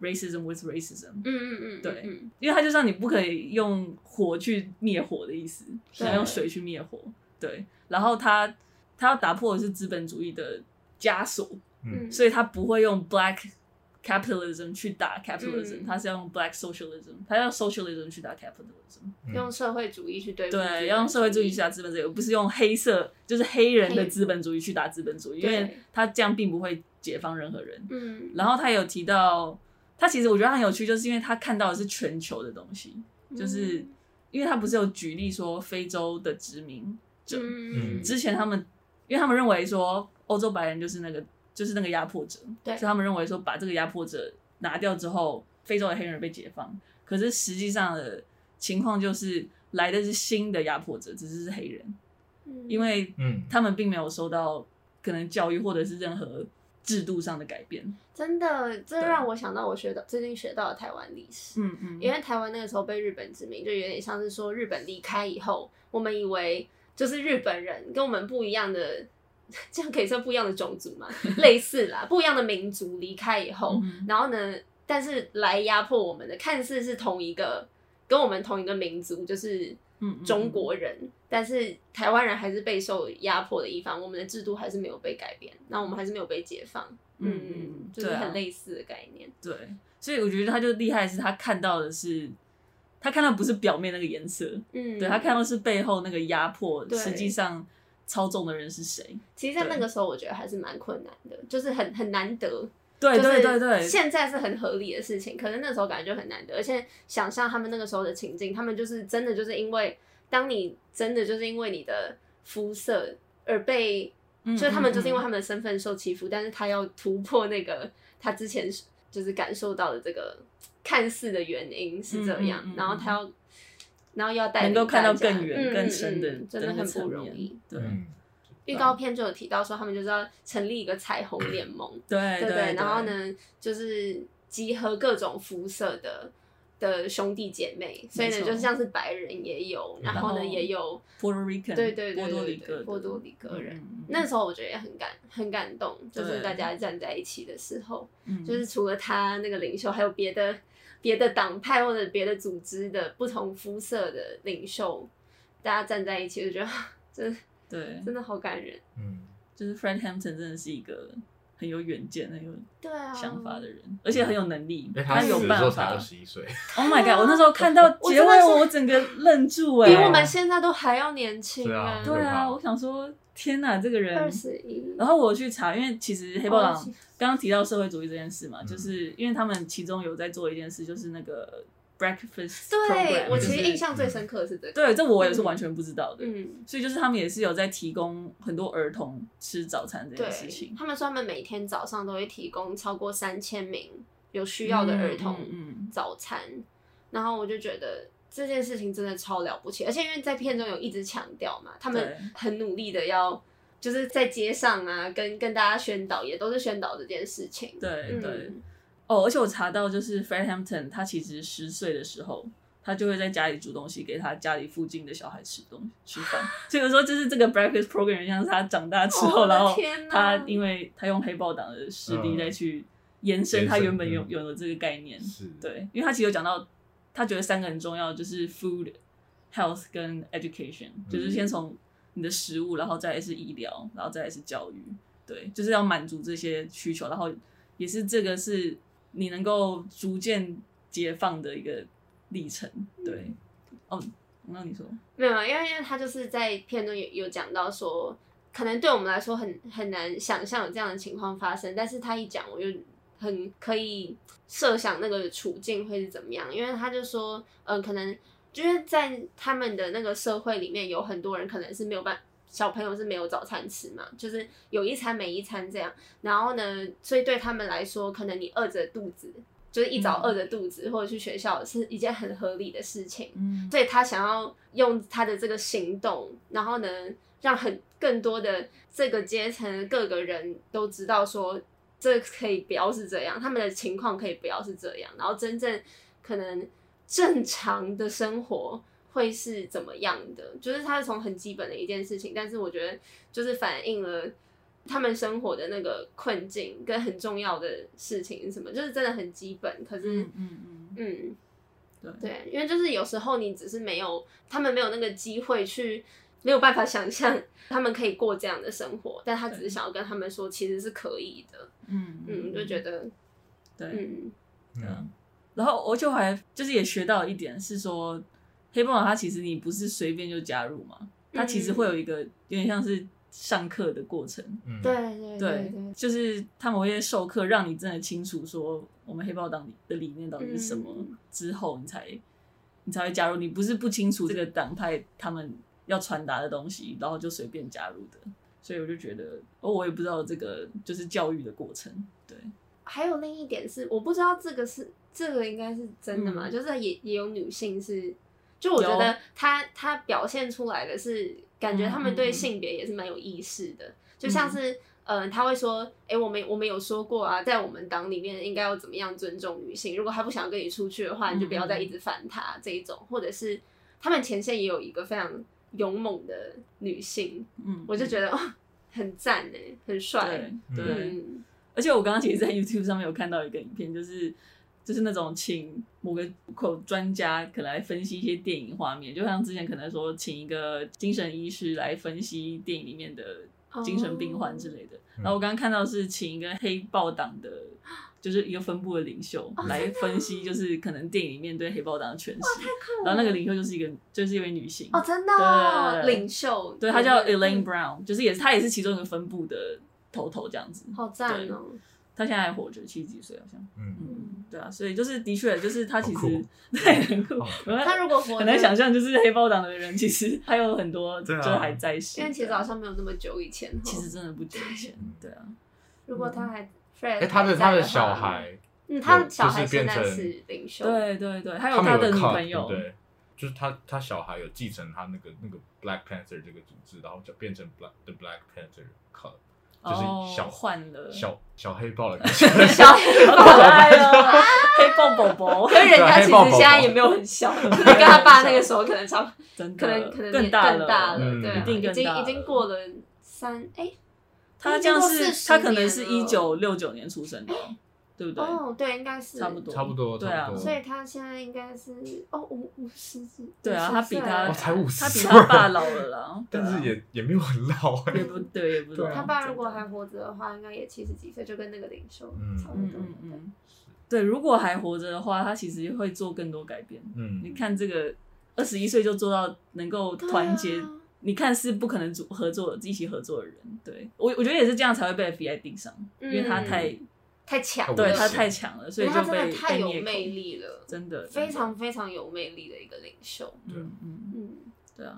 [SPEAKER 1] racism with racism，、
[SPEAKER 2] 嗯嗯嗯，
[SPEAKER 1] 对
[SPEAKER 2] 嗯
[SPEAKER 1] 因为他就让你不可以用火去灭火的意思，
[SPEAKER 3] 是
[SPEAKER 1] 不能用水去灭火。对，然后他他要打破的是资本主义的枷锁，
[SPEAKER 2] 嗯，
[SPEAKER 1] 所以他不会用 black capitalism 去打 capitalism，、
[SPEAKER 2] 嗯
[SPEAKER 1] 他是要用 black socialism，他要用 socialism 去打 capitalism，
[SPEAKER 3] 嗯
[SPEAKER 2] 用社会主义去对付资本
[SPEAKER 1] 对，要用社会主义去打资本主义，而不是用黑色就是黑人的
[SPEAKER 2] 黑
[SPEAKER 1] 资本主义去打资本主义，因
[SPEAKER 2] 对
[SPEAKER 1] 为他这样并不会解放任何人。
[SPEAKER 2] 嗯，
[SPEAKER 1] 然后他有提到，他其实我觉得他很有趣，就是因为他看到的是全球的东西，就是
[SPEAKER 2] 嗯
[SPEAKER 1] 因为他不是有举例说非洲的殖民者，
[SPEAKER 2] 嗯，
[SPEAKER 1] 之前他们，因为他们认为说欧洲白人就是那个就是那个压迫者，
[SPEAKER 2] 对
[SPEAKER 1] 所以他们认为说把这个压迫者拿掉之后，非洲的黑人被解放。可是实际上的情况就是来的是新的压迫者，只是是黑人，
[SPEAKER 2] 嗯
[SPEAKER 1] 因为
[SPEAKER 3] 嗯，
[SPEAKER 1] 他们并没有受到可能教育或者是任何制度上的改变。
[SPEAKER 2] 真的，这
[SPEAKER 1] 对
[SPEAKER 2] 让我想到我学到最近学到的台湾历史。
[SPEAKER 1] 嗯嗯
[SPEAKER 2] 因为台湾那个时候被日本殖民，就有点像是说日本离开以后，我们以为就是日本人跟我们不一样的，这样可以算不一样的种族嘛， 类似啦，不一样的民族离开以后，
[SPEAKER 1] 嗯
[SPEAKER 2] 然后呢，但是来压迫我们的，看似是同一个跟我们同一个民族，就是
[SPEAKER 1] 嗯嗯
[SPEAKER 2] 中国人，但是台湾人还是备受压迫的一方，我们的制度还是没有被改变，那我们还是没有被解放，
[SPEAKER 1] 嗯
[SPEAKER 2] 嗯
[SPEAKER 1] 嗯，
[SPEAKER 2] 就是
[SPEAKER 1] 对啊
[SPEAKER 2] 很类似的概念，
[SPEAKER 1] 对，所以我觉得他就厉害的是他看到的是，他看到不是表面那个颜色，
[SPEAKER 2] 嗯，
[SPEAKER 1] 对他看到是背后那个压迫，
[SPEAKER 2] 对
[SPEAKER 1] 实际上操纵的人是谁？
[SPEAKER 2] 其实，在
[SPEAKER 1] 对
[SPEAKER 2] 那个时候，我觉得还是蛮困难的，就是很很难得。
[SPEAKER 1] 对
[SPEAKER 2] 就是
[SPEAKER 1] 对对对，
[SPEAKER 2] 现在是很合理的事情，可能那时候感觉就很难得。而且想象他们那个时候的情境，他们就是真的就是因为，当你真的就是因为你的肤色而被，
[SPEAKER 1] 嗯
[SPEAKER 2] 就是他们就是因为他
[SPEAKER 1] 嗯
[SPEAKER 2] 们的身份受欺负，但是他要突破那个他之前就是感受到的这个看似的原因是这样，
[SPEAKER 1] 嗯嗯嗯嗯
[SPEAKER 2] 然后他要，然后要带
[SPEAKER 1] 能
[SPEAKER 2] 领
[SPEAKER 1] 够看到
[SPEAKER 2] 大家
[SPEAKER 1] 更远、
[SPEAKER 2] 嗯
[SPEAKER 1] 更深的
[SPEAKER 2] 嗯嗯，真
[SPEAKER 1] 的
[SPEAKER 2] 的
[SPEAKER 1] 那个
[SPEAKER 2] 很不
[SPEAKER 1] 层
[SPEAKER 2] 容
[SPEAKER 1] 面
[SPEAKER 2] 易。
[SPEAKER 1] 对啊
[SPEAKER 3] 嗯
[SPEAKER 2] 预告片就有提到说，他们就是要成立一个彩虹联盟，
[SPEAKER 1] 对
[SPEAKER 2] 对不
[SPEAKER 1] 对，
[SPEAKER 2] 然后？呢，就是集合各种肤色的的兄弟姐妹，所以呢，
[SPEAKER 1] 错
[SPEAKER 2] 就是像是白人也有，然后
[SPEAKER 1] 然后
[SPEAKER 2] 呢也有
[SPEAKER 1] Puerto Rican，
[SPEAKER 2] 对对
[SPEAKER 1] 波
[SPEAKER 2] 对
[SPEAKER 1] 多
[SPEAKER 2] 对
[SPEAKER 1] 黎
[SPEAKER 2] 对
[SPEAKER 1] 各的，
[SPEAKER 2] 波多黎各人
[SPEAKER 1] 嗯，嗯嗯
[SPEAKER 2] 那时候我觉得也很感很感动，就是
[SPEAKER 1] 对
[SPEAKER 2] 大家站在一起的时候，
[SPEAKER 1] 嗯
[SPEAKER 2] 就是除了他那个领袖，还有别的别的党派或者别的组织的不同肤色的领袖，大家站在一起，我觉得 真的
[SPEAKER 1] 对，
[SPEAKER 2] 真的好感人。
[SPEAKER 3] 嗯，
[SPEAKER 1] 就是 Fred Hampton 真的是一个很有远见、很有
[SPEAKER 2] 对啊，
[SPEAKER 1] 想法的人，而且很有能力，
[SPEAKER 3] 哎，他
[SPEAKER 1] 有
[SPEAKER 3] 死的时
[SPEAKER 1] 办
[SPEAKER 3] 候才
[SPEAKER 1] 法
[SPEAKER 3] 二。十一 岁，
[SPEAKER 1] Oh my god！我那时候看到
[SPEAKER 2] 我
[SPEAKER 1] 结
[SPEAKER 2] 真的
[SPEAKER 1] 尾，
[SPEAKER 2] 是
[SPEAKER 1] 我整个愣住哎
[SPEAKER 2] 比，我们现在都还要年轻
[SPEAKER 3] 对啊
[SPEAKER 2] 啊！
[SPEAKER 1] 对啊，我想说天哪，这个人
[SPEAKER 2] 二十一，
[SPEAKER 1] 然后我有去查，因为其实黑豹
[SPEAKER 2] 哦
[SPEAKER 1] 党
[SPEAKER 2] 是
[SPEAKER 1] 刚刚提到社会主义这件事嘛，
[SPEAKER 3] 嗯
[SPEAKER 1] 就是因为他们其中有在做一件事，就是那个 breakfast program，
[SPEAKER 2] 对我其
[SPEAKER 1] 就
[SPEAKER 2] 实
[SPEAKER 1] 是嗯
[SPEAKER 2] 印象最深刻的是这个，
[SPEAKER 1] 对这我也是完全不知道的，
[SPEAKER 2] 嗯，
[SPEAKER 1] 所以就是他们也是有在提供很多儿童吃早餐这件事
[SPEAKER 2] 对
[SPEAKER 1] 情，，
[SPEAKER 2] 他们说他们每天早上都会提供超过三千名有需要的儿童
[SPEAKER 1] 嗯
[SPEAKER 2] 早餐，然后我就觉得。这件事情真的超了不起，而且因为在片中有一直强调嘛，他
[SPEAKER 1] 对
[SPEAKER 2] 们很努力的要就是在街上啊，跟跟大家宣导，也都是宣导这件事情。
[SPEAKER 1] 对
[SPEAKER 2] 嗯，
[SPEAKER 1] 对、哦，而且我查到就是 Fred Hampton 他其实十岁的时候。他就会在家里煮东西给他家里附近的小孩吃东西吃饭，所以有时候就是这个 breakfast program 像是他长大之后，
[SPEAKER 2] 哦我的
[SPEAKER 1] 然后
[SPEAKER 2] 天哪
[SPEAKER 1] 他因为他用黑豹党的势力
[SPEAKER 3] 嗯
[SPEAKER 1] 再去延伸
[SPEAKER 3] 延伸
[SPEAKER 1] 他原本有
[SPEAKER 3] 嗯
[SPEAKER 1] 有的这个概念，
[SPEAKER 3] 是，，
[SPEAKER 1] 对，因为他其实有讲到，他觉得三个很重要，就是 food、health 跟 education，就是先从你的食物，然后再来是医疗，然后再来是教育，对，就是要满足这些需求，然后也是这个是你能够逐渐解放的一个历程，对，哦，那你说，
[SPEAKER 2] 没有，因为因为他就是在片中有有讲到说，可能对我们来说很很难想象有这样的情况发生，但是他一讲，我就很可以设想那个处境会是怎么样，因为他就说，嗯、可能就是在他们的那个社会里面，有很多人可能是没有办小朋友是没有早餐吃嘛，就是有一餐没一餐这样。然后呢，所以对他们来说，可能你饿着肚子，就是一早
[SPEAKER 1] 嗯
[SPEAKER 2] 饿着肚子，或者去学校是一件很合理的事情。
[SPEAKER 1] 嗯，
[SPEAKER 2] 所以他想要用他的这个行动，然后呢，让很更多的这个阶层的各个人都知道说，这可以不要是这样，他们的情况可以不要是这样，然后真正可能正常的生活会是怎么样的，就是它是从很基本的一件事情，但是我觉得就是反映了他们生活的那个困境跟很重要的事情是什么，就是真的很基本，可是
[SPEAKER 1] 嗯嗯
[SPEAKER 2] 嗯
[SPEAKER 1] 嗯，对，
[SPEAKER 2] 对，因为就是有时候你只是没有，他们没有那个机会去，没有办法想象他们可以过这样的生活，但他只是
[SPEAKER 1] 对
[SPEAKER 2] 想要跟他们说其实是可以的。
[SPEAKER 1] 嗯
[SPEAKER 2] 嗯，就觉得
[SPEAKER 1] 对。
[SPEAKER 2] 嗯，
[SPEAKER 3] 嗯，
[SPEAKER 1] 然后我就还就是也学到一点是说，黑帮它其实你不是随便就加入嘛，
[SPEAKER 2] 嗯
[SPEAKER 1] 它其实会有一个有点像是上课的过程，
[SPEAKER 3] 嗯
[SPEAKER 2] 对，对
[SPEAKER 1] 对
[SPEAKER 2] 对，
[SPEAKER 1] 就是他们会授课，让你真的清楚说我们黑豹党的理念到底是什么，
[SPEAKER 2] 嗯
[SPEAKER 1] 之后你才你才会加入。你不是不清楚这个党派他们要传达的东西，然后就随便加入的。所以我就觉得，哦，我也不知道这个就是教育的过程，对，
[SPEAKER 2] 还有另一点是，我不知道这个是这个应该是真的吗？
[SPEAKER 1] 嗯
[SPEAKER 2] 就是也也有女性是，就我觉
[SPEAKER 1] 有
[SPEAKER 2] 得她她表现出来的是，感觉
[SPEAKER 1] 嗯
[SPEAKER 2] 她们对
[SPEAKER 1] 嗯嗯
[SPEAKER 2] 性别也是蛮有意识的，就像是。嗯，她会说，哎、我们我们有说过啊，在我们党里面应该要怎么样尊重女性。如果她不想跟你出去的话，
[SPEAKER 1] 嗯
[SPEAKER 2] 你就不要再一直烦她这一种，或者是他们前线也有一个非常勇猛的女性，
[SPEAKER 1] 嗯，
[SPEAKER 2] 我就觉得、哦、很赞哎，很帅
[SPEAKER 1] 对，对。
[SPEAKER 2] 嗯
[SPEAKER 1] 而且我刚刚其实，在 YouTube 上面有看到一个影片，就是就是那种请某个口专家可能来分析一些电影画面，就像之前可能说请一个精神医师来分析电影里面的精神病患之类的。
[SPEAKER 3] 嗯
[SPEAKER 1] 然后我刚刚看到是请一个黑豹党的，就是一个分部的领袖来分析，就是可能电影里面对黑豹党的诠释。然后那个领袖就是一个就是一位女性，
[SPEAKER 2] 哦，真的、哦，
[SPEAKER 1] 对
[SPEAKER 2] 领袖，
[SPEAKER 1] 对，她叫
[SPEAKER 2] 嗯
[SPEAKER 1] Elaine
[SPEAKER 2] 嗯
[SPEAKER 1] Brown，就是也是她也是其中一个分部的头头这样子。
[SPEAKER 2] 好赞哦，
[SPEAKER 1] 她现在还活着，七十几岁好像。
[SPEAKER 3] 嗯，
[SPEAKER 1] 嗯，对啊，所以就是的确，就是他其
[SPEAKER 3] 好酷哦
[SPEAKER 1] 实 对很酷
[SPEAKER 3] 好，
[SPEAKER 2] 他
[SPEAKER 1] 我
[SPEAKER 2] 如果活着
[SPEAKER 1] 很难想，象，就是黑豹党的人其实还有很多
[SPEAKER 3] 对
[SPEAKER 1] 就
[SPEAKER 3] 啊
[SPEAKER 1] 还在世，
[SPEAKER 2] 因为其实
[SPEAKER 1] 对啊
[SPEAKER 2] 好像没有那么久以前哦，
[SPEAKER 1] 其实真的不久以前，对啊，
[SPEAKER 2] 如果他还 Fred，
[SPEAKER 3] 哎，他的
[SPEAKER 2] 还在
[SPEAKER 3] 他的
[SPEAKER 2] 话
[SPEAKER 3] 小，孩，
[SPEAKER 2] 嗯，他
[SPEAKER 3] 有
[SPEAKER 2] 的小孩
[SPEAKER 3] 就是
[SPEAKER 2] 现
[SPEAKER 3] 变
[SPEAKER 2] 在
[SPEAKER 3] 成
[SPEAKER 2] 是领袖，，
[SPEAKER 1] 对对对，还有
[SPEAKER 3] 他们
[SPEAKER 1] 他
[SPEAKER 3] 有
[SPEAKER 1] 的
[SPEAKER 3] 个
[SPEAKER 1] 女
[SPEAKER 3] cult，
[SPEAKER 1] 朋友，
[SPEAKER 3] 对不对，就是他他小孩有继承他那个那个 Black Panther 这个组织，然后就变成 Black the Black Panther Club，就是小
[SPEAKER 1] 哦换了
[SPEAKER 3] 小小黑豹的感觉。
[SPEAKER 2] 小黑
[SPEAKER 1] 好
[SPEAKER 2] 豹
[SPEAKER 1] 可 爱哦，黑豹宝宝
[SPEAKER 2] 可，是人家其
[SPEAKER 3] 黑豹宝
[SPEAKER 2] 实
[SPEAKER 3] 宝
[SPEAKER 2] 现在也没有很 小，就是跟他爸那个时候可能差不，
[SPEAKER 1] 真的
[SPEAKER 2] 可能可能
[SPEAKER 1] 更
[SPEAKER 2] 年
[SPEAKER 1] 大
[SPEAKER 2] 更大了，
[SPEAKER 3] 嗯
[SPEAKER 2] 对
[SPEAKER 1] 一
[SPEAKER 2] 啊，
[SPEAKER 1] 定
[SPEAKER 2] 已
[SPEAKER 1] 更
[SPEAKER 2] 经
[SPEAKER 1] 大
[SPEAKER 2] 已经
[SPEAKER 1] 了
[SPEAKER 2] 过了三哎，
[SPEAKER 1] 他这
[SPEAKER 2] 已经
[SPEAKER 1] 样
[SPEAKER 2] 过
[SPEAKER 1] 是，
[SPEAKER 2] 40
[SPEAKER 1] 他可能是
[SPEAKER 2] 年
[SPEAKER 1] 一
[SPEAKER 2] 了
[SPEAKER 1] 九六九年出生的哦，对不对？
[SPEAKER 2] 哦，对，应该是
[SPEAKER 1] 差不多，
[SPEAKER 3] 差不多
[SPEAKER 1] 对啊
[SPEAKER 3] 差不，多
[SPEAKER 2] 所以他现在应该是哦五五十几，
[SPEAKER 1] 对啊，
[SPEAKER 2] 50
[SPEAKER 1] 他比
[SPEAKER 2] 岁
[SPEAKER 1] 他
[SPEAKER 3] 哇哦才50
[SPEAKER 1] 他比
[SPEAKER 3] 岁
[SPEAKER 1] 他爸老了啦，对
[SPEAKER 3] 但
[SPEAKER 1] 啊
[SPEAKER 3] 是也也没有很老 哎、
[SPEAKER 1] 也不对，也不
[SPEAKER 3] 对
[SPEAKER 1] 对
[SPEAKER 3] 啊
[SPEAKER 1] 啊，
[SPEAKER 2] 他爸
[SPEAKER 1] 真
[SPEAKER 2] 如果
[SPEAKER 1] 的
[SPEAKER 2] 还活着的话，应该也七十几岁，就跟那个领袖
[SPEAKER 3] 嗯
[SPEAKER 2] 差不
[SPEAKER 1] 嗯
[SPEAKER 2] 多。
[SPEAKER 1] 嗯嗯，对，如果还活着的话，他其实会做更多改变。你
[SPEAKER 3] 嗯，
[SPEAKER 1] 看这个二十一岁就做到能够团结
[SPEAKER 2] 对啊，
[SPEAKER 1] 你看是不可能组合作一起合作的人。对我，我觉得也是这样才会被 FBI 盯上，因为他
[SPEAKER 2] 嗯
[SPEAKER 1] 太
[SPEAKER 2] 太强了，
[SPEAKER 1] 对
[SPEAKER 3] 我也
[SPEAKER 1] 他
[SPEAKER 3] 是
[SPEAKER 1] 太强了，所以
[SPEAKER 2] 因为他
[SPEAKER 1] 就
[SPEAKER 2] 真
[SPEAKER 1] 被
[SPEAKER 2] 的太
[SPEAKER 1] 被
[SPEAKER 2] 有
[SPEAKER 1] 灭口
[SPEAKER 2] 魅，力了，
[SPEAKER 1] 真的真的
[SPEAKER 2] 非常非常有魅力的一个领袖。
[SPEAKER 1] 嗯嗯，
[SPEAKER 2] 嗯，
[SPEAKER 1] 对啊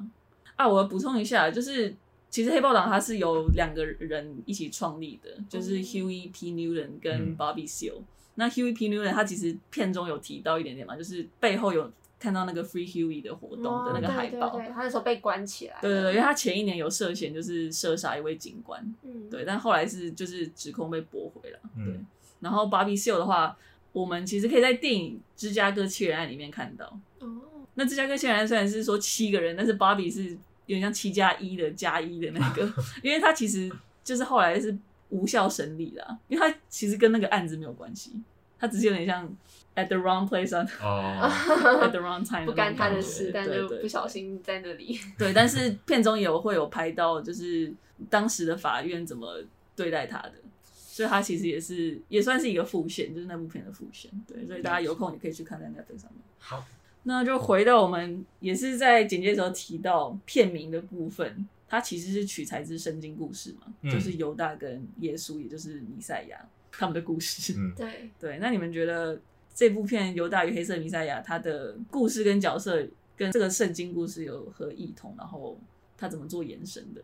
[SPEAKER 1] 啊！我要补充一下，就是。其实黑豹党它是由两个人一起创立的，就是
[SPEAKER 2] 嗯
[SPEAKER 1] Huey P. Newton 跟
[SPEAKER 3] 嗯
[SPEAKER 1] Bobby Seale。那 Huey P. Newton 他其实片中有提到一点点嘛，就是背后有看到那个 Free Huey 的活动的那个
[SPEAKER 2] 哇
[SPEAKER 1] 海报。
[SPEAKER 2] 哦对对对，他那时候被关起来了。
[SPEAKER 1] 对对对，因为他前一年有涉嫌就是射杀一位警官，
[SPEAKER 2] 嗯，
[SPEAKER 1] 对，但后来是就是指控被驳回了，
[SPEAKER 3] 嗯
[SPEAKER 1] 对。然后芭比秀的话，我们其实可以在电影《芝加哥七人案》里面看到。
[SPEAKER 2] 哦，
[SPEAKER 1] 那《芝加哥七人案》虽然是说七个人，但是芭比是有点像七加一的加一的那 个，因为他其实就是后来是无效审理啦，因为他其实跟那个案子没有关系，他只是有点像 at the wrong place on
[SPEAKER 3] 哦，
[SPEAKER 1] at the wrong time，
[SPEAKER 2] 不干他的
[SPEAKER 3] 对
[SPEAKER 2] 事，但就不小心在那里。
[SPEAKER 1] 对，但是片中有会有拍到，就是当时的法院怎么对待他的，所以他其实也是也算是一个复线，就是那部片的复线。对，所以大家有空也可以去看在 Netflix 上面。
[SPEAKER 3] 好，
[SPEAKER 1] 那就回到我们也是在简介的时候提到片名的部分，它其实是取材自圣经故事嘛，
[SPEAKER 3] 嗯
[SPEAKER 1] 就是犹大跟耶稣，也就是弥赛亚他们的故事。
[SPEAKER 3] 嗯，
[SPEAKER 2] 对，
[SPEAKER 1] 对，那你们觉得这部片《犹大与黑色弥赛亚》它的故事跟角色跟这个圣经故事有何异同？然后它怎么做延伸的？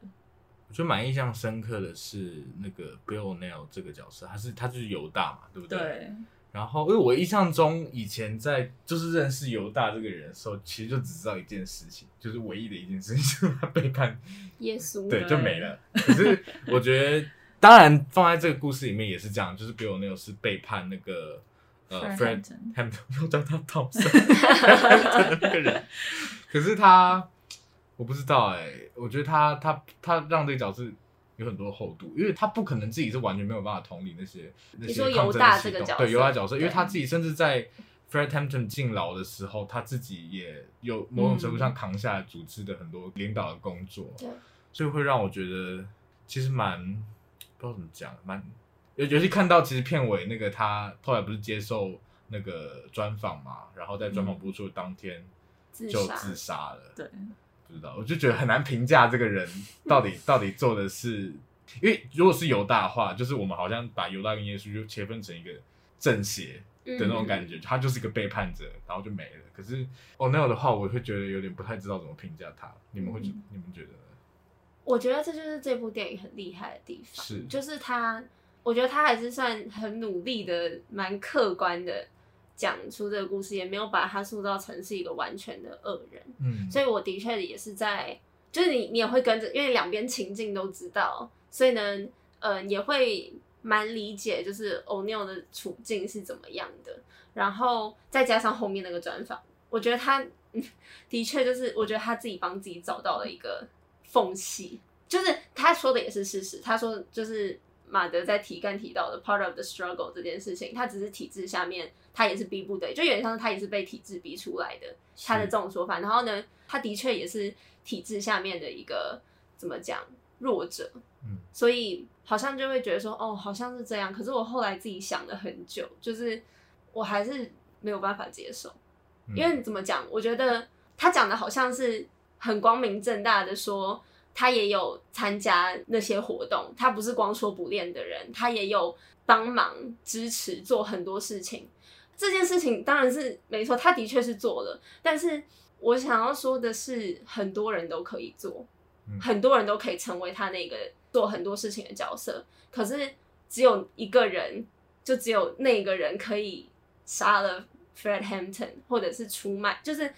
[SPEAKER 3] 我觉得蛮印象深刻的是那个 Bill Nail 这个角色，他是他就是犹大嘛，对不对？
[SPEAKER 1] 对，
[SPEAKER 3] 然后，因为我印象中以前在就是认识犹大这个人的时候，其实就只知道一件事情，就是唯一的一件事情，就是他背叛，
[SPEAKER 2] 耶稣，
[SPEAKER 3] 对，
[SPEAKER 1] 对
[SPEAKER 3] 就没了。可是我觉得当然放在这个故事里面也是这样，就是比尔内是背叛那个呃
[SPEAKER 1] Fred
[SPEAKER 3] Fred
[SPEAKER 1] Hampton
[SPEAKER 3] Hampton，要叫 他 Thompson 那个人，可是他我不知道哎、我觉得他他他让这个角色。有很多厚度，因为他不可能自己是完全没有办法同理那些那
[SPEAKER 2] 你说
[SPEAKER 3] 些抗
[SPEAKER 2] 犹
[SPEAKER 3] 争
[SPEAKER 2] 大
[SPEAKER 3] 的
[SPEAKER 2] 这
[SPEAKER 3] 行
[SPEAKER 2] 个
[SPEAKER 3] 动
[SPEAKER 2] 角
[SPEAKER 3] 对
[SPEAKER 2] 色
[SPEAKER 3] 犹大角色，因为
[SPEAKER 2] 对
[SPEAKER 3] 他自己甚至在 Fred Hampton 进牢的时候，他自己也有某种程度
[SPEAKER 2] 嗯
[SPEAKER 3] 上扛下了组织的很多领导的工作，
[SPEAKER 2] 对
[SPEAKER 3] 所以会让我觉得其实蛮不知道怎么讲，蛮尤尤其看到其实片尾那个他后来不是接受那个专访嘛，然后在专访播出的当天
[SPEAKER 2] 嗯自
[SPEAKER 3] 就
[SPEAKER 2] 杀
[SPEAKER 3] 自杀了，
[SPEAKER 1] 对，
[SPEAKER 3] 不知道，我就觉得很难评价这个人到
[SPEAKER 2] 嗯
[SPEAKER 3] 底到底做的是，因为如果是犹大的话，就是我们好像把犹大跟耶稣就切分成一个正邪的那
[SPEAKER 2] 嗯
[SPEAKER 3] 种感觉，他就是一个背叛者，然后就没了。可是 o n e l 的话，我会觉得有点不太知道怎么评价他，你们会
[SPEAKER 2] 嗯
[SPEAKER 3] 觉、你们觉得呢？
[SPEAKER 2] 我觉得这就是这部电影很厉害的地方，
[SPEAKER 3] 是
[SPEAKER 2] 就是他，我觉得他还是算很努力的，蛮客观的讲出这个故事，也没有把他塑造成是一个完全的恶人。
[SPEAKER 3] 嗯，
[SPEAKER 2] 所以我的确也是在，就是你你也会跟着，因为两边情境都知道，所以呢，呃，也会蛮理解就是 O'Neill 的处境是怎么样的，然后再加上后面那个专访，我觉得他 嗯的确就是，我觉得他自己帮自己找到了一个缝隙，就是他说的也是事实，他说就是。马德在题干提到的 part of the struggle 这件事情，他只是体制下面，他也是逼不得已，就有点像是他也是被体制逼出来的。他的这种说法。然后呢，他的确也是体制下面的一个怎么讲弱者，
[SPEAKER 3] 嗯
[SPEAKER 2] 所以好像就会觉得说，哦，好像是这样。可是我后来自己想了很久，就是我还是没有办法接受，
[SPEAKER 3] 嗯
[SPEAKER 2] 因为怎么讲，我觉得他讲的好像是很光明正大的说。他也有参加那些活动，他不是光说不练的人，他也有帮忙支持做很多事情。这件事情当然是没错，他的确是做了，但是我想要说的是，很多人都可以做，
[SPEAKER 3] 嗯
[SPEAKER 2] 很多人都可以成为他那个做很多事情的角色。可是只有一个人，就只有那个人可以杀了 Fred Hampton，或者是出卖，就是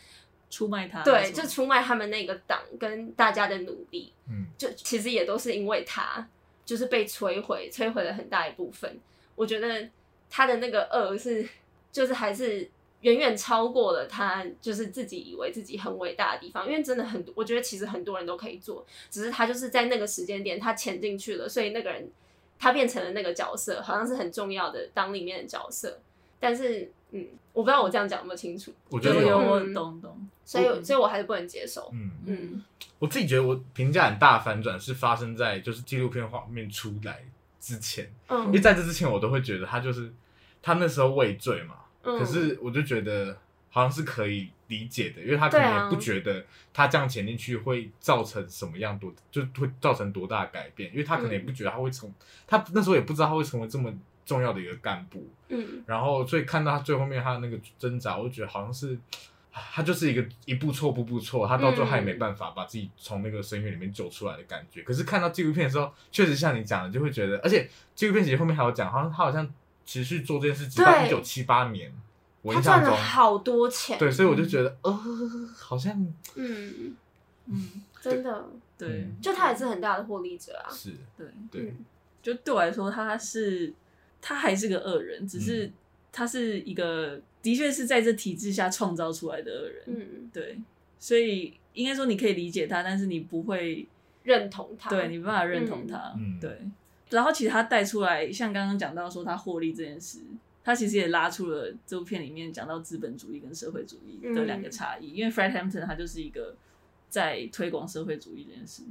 [SPEAKER 1] 出卖他，
[SPEAKER 2] 对，
[SPEAKER 1] 啊没错
[SPEAKER 2] 就出卖他们那个党跟大家的努力。
[SPEAKER 3] 嗯
[SPEAKER 2] 就其实也都是因为他，就是被摧毁，摧毁了很大一部分。我觉得他的那个恶是，就是还是远远超过了他，就是自己以为自己很伟大的地方。因为真的很多，我觉得其实很多人都可以做，只是他就是在那个时间点他潜进去了，所以那个人他变成了那个角色，好像是很重要的当里面的角色。但是，嗯，我不知道我这样讲有没有清楚，
[SPEAKER 3] 我觉
[SPEAKER 1] 有
[SPEAKER 3] 得
[SPEAKER 1] 有
[SPEAKER 3] 有，
[SPEAKER 1] 我
[SPEAKER 2] 嗯
[SPEAKER 1] 懂懂，
[SPEAKER 2] 所以
[SPEAKER 1] 嗯
[SPEAKER 2] 所以我还是不能接受。
[SPEAKER 3] 嗯，
[SPEAKER 2] 嗯，
[SPEAKER 3] 我自己觉得我评价很大的反转是发生在就是纪录片画面出来之前，因为
[SPEAKER 2] 嗯，
[SPEAKER 3] 在这之前我都会觉得他就是他那时候畏罪嘛，
[SPEAKER 2] 嗯
[SPEAKER 3] 可是我就觉得好像是可以理解的，因为他可
[SPEAKER 2] 对
[SPEAKER 3] 能
[SPEAKER 2] 啊
[SPEAKER 3] 也不觉得他这样潜进去会造成什么样多，就会造成多大的改变，因为他可能也不觉得他会成，他那时候也不知道他会成为这么重要的一个干部，
[SPEAKER 2] 嗯
[SPEAKER 3] 然后所以看到他最后面他的那个挣扎，我就觉得好像是。啊他就是一个一步错步步错，他到最后他也
[SPEAKER 1] 嗯
[SPEAKER 3] 没办法把自己从那个深渊里面救出来的感觉。可是看到纪录片的时候，确实像你讲的，就会觉得，而且纪录片其实后面还有讲，好像他好像持续做这件事情到一
[SPEAKER 2] 对
[SPEAKER 3] 九七八年，我
[SPEAKER 2] 他
[SPEAKER 3] 印
[SPEAKER 2] 赚
[SPEAKER 3] 象
[SPEAKER 2] 了
[SPEAKER 3] 中，
[SPEAKER 2] 好多钱。
[SPEAKER 3] 对，所以我就觉得，呃，好像
[SPEAKER 2] 嗯，
[SPEAKER 1] 嗯，
[SPEAKER 2] 真的，
[SPEAKER 1] 对
[SPEAKER 3] 嗯，
[SPEAKER 2] 就他也是很大的获利者啊。
[SPEAKER 3] 是
[SPEAKER 1] 对，
[SPEAKER 3] 对，
[SPEAKER 1] 就对我来说，他是他还是个恶人，只是他是一个的确是在这体制下创造出来的恶人，
[SPEAKER 2] 嗯，
[SPEAKER 1] 对，所以应该说你可以理解他，但是你不会
[SPEAKER 2] 认同他。
[SPEAKER 1] 对你没办法认同
[SPEAKER 2] 嗯
[SPEAKER 1] 他，
[SPEAKER 3] 嗯
[SPEAKER 1] 对。然后其实他带出来，像刚刚讲到说他获利这件事，他其实也拉出了这部片里面讲到资本主义跟社会主义的两个
[SPEAKER 2] 嗯
[SPEAKER 1] 差异。因为 Fred Hampton 他就是一个在推广社会主义这件事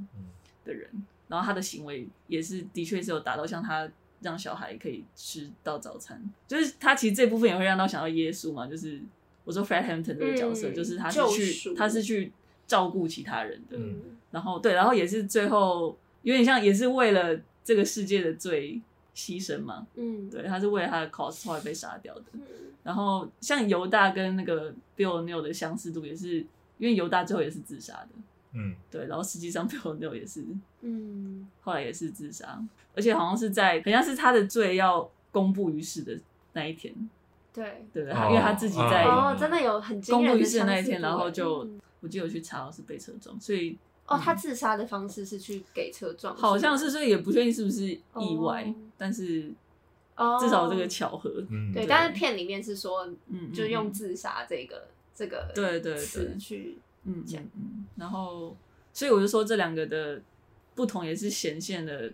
[SPEAKER 1] 的人，然后他的行为也是的确是有达到像他让小孩可以吃到早餐，就是他其实这部分也会让到想到耶稣嘛，就是我说 Fred Hampton 这个角色，
[SPEAKER 2] 嗯
[SPEAKER 1] 就是他是
[SPEAKER 2] 救
[SPEAKER 1] 去
[SPEAKER 2] 赎
[SPEAKER 1] 他是去照顾其他人的，
[SPEAKER 2] 嗯
[SPEAKER 1] 然后对，然后也是最后有点像，也是为了这个世界的罪牺牲嘛。
[SPEAKER 2] 嗯，
[SPEAKER 1] 对，他是为了他的 cause 后来被杀掉的。
[SPEAKER 2] 嗯，
[SPEAKER 1] 然后像犹大跟那个 Bill n e l 的相似度也是，因为犹大最后也是自杀的。
[SPEAKER 3] 嗯
[SPEAKER 1] 对，然后实际上 Bill n e l 也是
[SPEAKER 2] 嗯，
[SPEAKER 1] 后来也是自杀，而且好像是在好像是他的罪要公布于世的那一天，
[SPEAKER 2] 对。
[SPEAKER 1] 对不对？
[SPEAKER 3] 哦
[SPEAKER 1] 因为他自己在
[SPEAKER 3] 哎
[SPEAKER 2] 哦，真的有很惊
[SPEAKER 1] 公布
[SPEAKER 2] 人
[SPEAKER 1] 于
[SPEAKER 2] 的
[SPEAKER 1] 世的
[SPEAKER 2] 相
[SPEAKER 1] 那一
[SPEAKER 2] 似
[SPEAKER 1] 天，
[SPEAKER 2] 度
[SPEAKER 1] 然后
[SPEAKER 2] 哎
[SPEAKER 1] 就
[SPEAKER 2] 嗯
[SPEAKER 1] 我记得我去查，我是被车撞，所以
[SPEAKER 3] 嗯
[SPEAKER 2] 哦，他自杀的方式是去给车撞，
[SPEAKER 1] 好像是，所以也不确定是不是意外，
[SPEAKER 2] 哦
[SPEAKER 1] 但是
[SPEAKER 2] 哦，
[SPEAKER 1] 至少有这个巧合，
[SPEAKER 3] 嗯，
[SPEAKER 2] 对，
[SPEAKER 1] 对
[SPEAKER 2] 但是片里面是说
[SPEAKER 1] 嗯，
[SPEAKER 2] 就
[SPEAKER 1] 嗯
[SPEAKER 2] 用
[SPEAKER 1] 嗯
[SPEAKER 2] 自杀这个这个
[SPEAKER 1] 对对
[SPEAKER 2] 词
[SPEAKER 1] 对
[SPEAKER 2] 去
[SPEAKER 1] 嗯
[SPEAKER 2] 讲
[SPEAKER 1] 嗯嗯，然后所以我就说这两个的不同也是显现了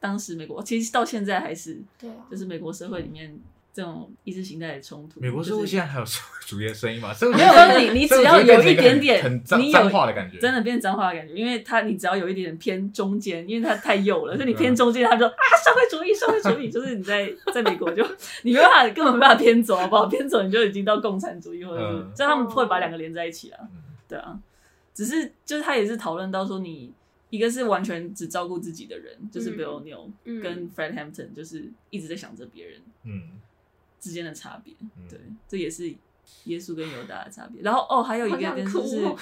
[SPEAKER 1] 当时美国，其实到现在还是
[SPEAKER 2] 对啊
[SPEAKER 1] 就，是美国社会里面这种意识形态的冲突。
[SPEAKER 3] 美国社
[SPEAKER 1] 就
[SPEAKER 3] 会
[SPEAKER 1] 是
[SPEAKER 3] 现在还有社会主义的声音吗？社会
[SPEAKER 1] 没有，就是你你只要有一点点，
[SPEAKER 3] 很脏
[SPEAKER 1] 你有
[SPEAKER 3] 脏话的感觉，
[SPEAKER 1] 真的变脏话的感觉，因为他你只要有一点偏中间，因为他太右了，所以你偏中间，他就说啊社会主义社会主义，就是你在在美国就你没办法根本没办法偏左好啊不好？偏左你就已经到共产主义或者是，
[SPEAKER 3] 嗯
[SPEAKER 1] 所以他们会把两个连在一起啊，
[SPEAKER 3] 嗯
[SPEAKER 1] 对啊，只是就是他也是讨论到说你。一个是完全只照顾自己的人，就是
[SPEAKER 2] 嗯
[SPEAKER 1] Bill O'Neill、
[SPEAKER 2] 嗯
[SPEAKER 1] 跟 Fred Hampton，就是一直在想着别人
[SPEAKER 3] 嗯，
[SPEAKER 1] 之间的差别。
[SPEAKER 3] 嗯
[SPEAKER 1] 对，这也是耶稣跟犹大的差别。然后哦，还有一个
[SPEAKER 2] 好想
[SPEAKER 1] 跟
[SPEAKER 2] 哭
[SPEAKER 1] 就是
[SPEAKER 2] 哦，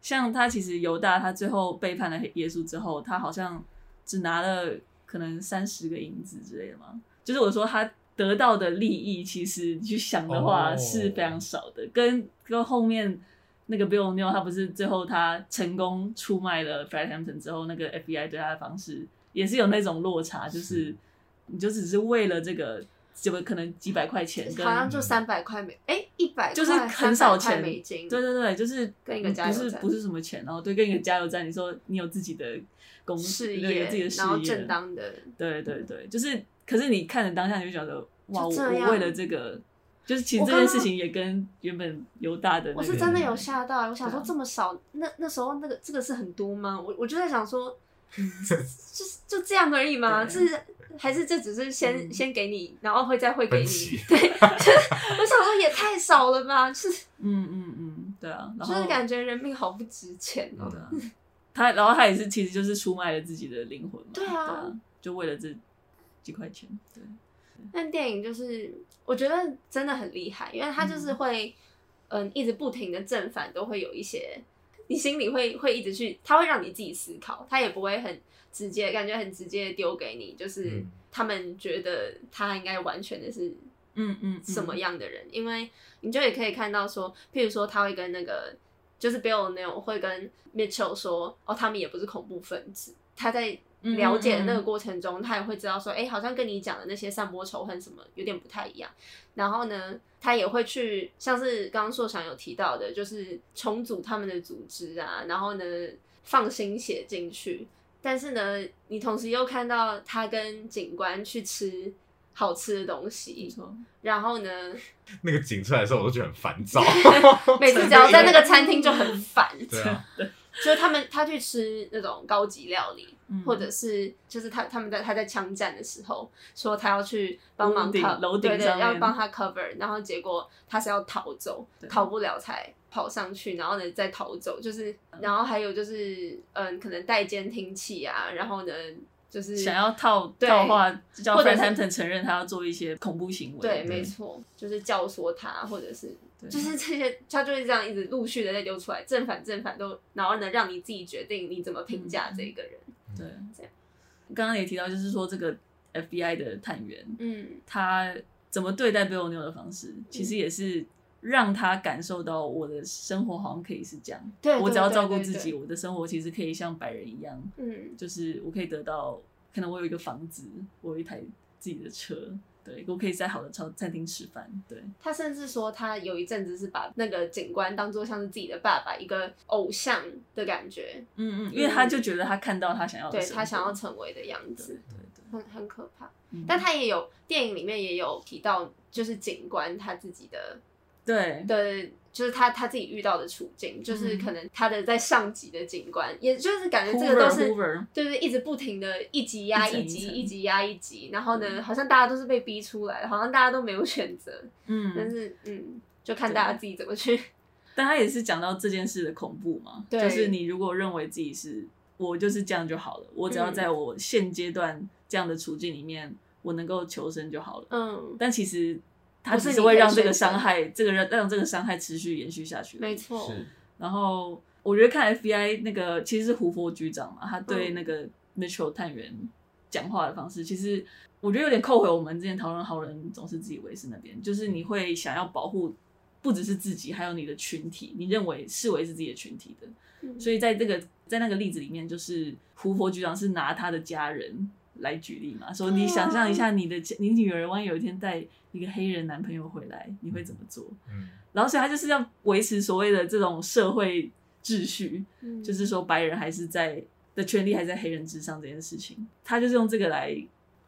[SPEAKER 1] 像他其实犹大他最后背叛了耶稣之后，他好像只拿了可能三十个银子之类的嘛。就是我说他得到的利益，其实你去想的话
[SPEAKER 3] 哦
[SPEAKER 1] 是非常少的，跟跟后面。那个 Bill O'Neill 他不是最后他成功出卖了 Fred Hampton 之后，那个 FBI 对他的方式也是有那种落差，就是
[SPEAKER 3] 是
[SPEAKER 1] 你就只是为了这个，这个可能几百块钱跟嗯
[SPEAKER 2] 好像就三百块美，哎，一百
[SPEAKER 1] 就是很少钱
[SPEAKER 2] 美金，
[SPEAKER 1] 对对对，就是
[SPEAKER 2] 跟一个加油
[SPEAKER 1] 不是
[SPEAKER 2] 站
[SPEAKER 1] 不是什么钱，然后对跟一个加油站，你说你有自己的公司
[SPEAKER 2] 事
[SPEAKER 1] 对
[SPEAKER 2] 业
[SPEAKER 1] 有自己的事业，
[SPEAKER 2] 然后正当的，
[SPEAKER 1] 对对对，就是可是你看着当下你就觉得哇，我
[SPEAKER 2] 就这样
[SPEAKER 1] 我为了这个，就是其实
[SPEAKER 2] 我
[SPEAKER 1] 这
[SPEAKER 2] 刚刚
[SPEAKER 1] 件事情也跟原本犹大的、那个
[SPEAKER 2] 我是真的有吓到，欸我想
[SPEAKER 1] 对啊
[SPEAKER 2] 说这么少，那那时候那个这个是很多吗？我我就在 想说，就是就这样而已吗？
[SPEAKER 1] 对
[SPEAKER 2] 是还是这只是先、
[SPEAKER 1] 嗯
[SPEAKER 2] 先给你，然后会再汇给
[SPEAKER 3] 分
[SPEAKER 2] 你
[SPEAKER 3] 析？
[SPEAKER 2] 对， 就是我想说也太少了吧，就是
[SPEAKER 1] 嗯嗯嗯，对啊， 然
[SPEAKER 2] 就
[SPEAKER 1] 后
[SPEAKER 2] 是感觉人命好不值钱哦、
[SPEAKER 1] 对啊 他然后他也是其实就是出卖了自己的灵魂嘛，
[SPEAKER 2] 对啊
[SPEAKER 1] 就为了这几块钱，对，
[SPEAKER 2] 但电影就是我觉得真的很厉害，因为它就是会嗯一直不停的正反都会有一些，你心里会会一直去，它会让你自己思考，它也不会很直接，感觉很直接地丢给你，就是
[SPEAKER 3] 嗯
[SPEAKER 2] 他们觉得他应该完全的是
[SPEAKER 1] 嗯嗯，嗯
[SPEAKER 2] 什么样的人，因为你就也可以看到说，譬如说他会跟那个就是 Bill 那种会跟 Mitchell 说，哦，他们也不是恐怖分子。他在
[SPEAKER 1] 嗯
[SPEAKER 2] 了解的那个过程中，他也会知道说，哎、好像跟你讲的那些散播仇恨什么有点不太一样。然后呢，他也会去像是刚刚硕翔有提到的，就是重组他们的组织啊，然后呢放心血进去。但是呢，你同时又看到他跟警官去吃好吃的东
[SPEAKER 1] 没
[SPEAKER 2] 西，
[SPEAKER 1] 错，
[SPEAKER 2] 然后 呢，
[SPEAKER 3] 那个景出来的时候，我都觉得很烦躁。
[SPEAKER 2] 每次只要在那个餐厅就很烦，
[SPEAKER 3] 对啊，
[SPEAKER 2] 就是他们他去吃那种高级料理，
[SPEAKER 1] 嗯
[SPEAKER 2] 或者是就是他他们在他在枪战的时候说他要去帮忙
[SPEAKER 1] 屋顶
[SPEAKER 2] cover，
[SPEAKER 1] 楼顶
[SPEAKER 2] 对对，
[SPEAKER 1] 上面
[SPEAKER 2] 要帮他 cover，然后结果他是要逃走
[SPEAKER 1] 对，
[SPEAKER 2] 逃不了才跑上去，然后呢再逃走，就是然后还有就是嗯，可能带监听器啊，然后呢就是
[SPEAKER 1] 想要套
[SPEAKER 2] 对
[SPEAKER 1] 套话，叫
[SPEAKER 2] 或者
[SPEAKER 1] Fred
[SPEAKER 2] 是
[SPEAKER 1] Hampton 承认他要做一些恐怖行为。
[SPEAKER 2] 对，没错，就是教唆他，或者是
[SPEAKER 1] 对
[SPEAKER 2] 就是这些，他就会这样一直陆续的在丢出来，正反正反都，然后呢，让你自己决定你怎么评价这个人。
[SPEAKER 1] 对
[SPEAKER 2] 这样。
[SPEAKER 1] 刚刚也提到，就是说这个 FBI 的探员，
[SPEAKER 2] 嗯，
[SPEAKER 1] 他怎么对待 Bill O'Neill 的方式，其实也是让他感受到我的生活好像可以是这样，
[SPEAKER 2] 对，
[SPEAKER 1] 我
[SPEAKER 2] 对
[SPEAKER 1] 只要
[SPEAKER 2] 对
[SPEAKER 1] 照顾
[SPEAKER 2] 对
[SPEAKER 1] 自己，
[SPEAKER 2] 对
[SPEAKER 1] 我的生活其实可以像白人一样，
[SPEAKER 2] 嗯，
[SPEAKER 1] 就是我可以得到，可能我有一个房子，我有一台自己的车，对我可以在好的餐餐厅吃饭，对，
[SPEAKER 2] 他甚至说他有一阵子是把那个警官当做像是自己的爸爸，一个偶像的感觉，
[SPEAKER 1] 嗯嗯，因为他就觉得他看到他想要的
[SPEAKER 2] 对
[SPEAKER 1] 生活，
[SPEAKER 2] 他想要成为的样
[SPEAKER 1] 对
[SPEAKER 2] 子
[SPEAKER 1] 对，对，
[SPEAKER 2] 很很可怕。
[SPEAKER 1] 嗯
[SPEAKER 2] 但他也有电影里面也有提到，就是警官他自己的
[SPEAKER 1] 对
[SPEAKER 2] 的，就是他他自己遇到的处境，
[SPEAKER 1] 嗯
[SPEAKER 2] 就是可能他的在上级的警官，也就是感觉这个都
[SPEAKER 1] Hoover-
[SPEAKER 2] 是
[SPEAKER 1] Hoover
[SPEAKER 2] 就是一直不停的一级压
[SPEAKER 1] 一层
[SPEAKER 2] 一
[SPEAKER 1] 一
[SPEAKER 2] 级，
[SPEAKER 1] 层
[SPEAKER 2] 一级压一级，然后呢，好像大家都是被逼出来的，好像大家都没有选择，
[SPEAKER 1] 嗯，
[SPEAKER 2] 但是嗯，就看大家自己怎 么去。
[SPEAKER 1] 但他也是讲到这件事的恐怖嘛，
[SPEAKER 2] 对
[SPEAKER 1] 就是你如果认为自己是我就是这样就好了，我只要
[SPEAKER 2] 嗯
[SPEAKER 1] 在我现阶段这样的处境里面，我能够求生就好了。
[SPEAKER 2] 嗯，
[SPEAKER 1] 但其实他
[SPEAKER 2] 不是
[SPEAKER 1] 只
[SPEAKER 2] 你
[SPEAKER 1] 是会让这个伤害，这个让让这个伤害持续延续下去。
[SPEAKER 2] 没。错，
[SPEAKER 1] 然后我觉得看 FBI 那个其实是胡佛局长嘛，他对那个 Mitchell 探员讲话的方式，其实我觉得有点扣回我们之前讨论好人总是自以为是那边，就是你会想要保护不只是自己，还有你的群体，你认为视为是自己的群体的。
[SPEAKER 2] 嗯
[SPEAKER 1] 所以在这个在那个例子里面，就是胡佛局长是拿他的家人来举例嘛，说你想象一下你的家你女儿万一有一天带一个黑人男朋友回来，你会怎么做？
[SPEAKER 3] 嗯，
[SPEAKER 1] 然后所以他就是要维持所谓的这种社会秩序，
[SPEAKER 2] 嗯
[SPEAKER 1] 就是说白人还是在的权利还在黑人之上这件事情，他就是用这个来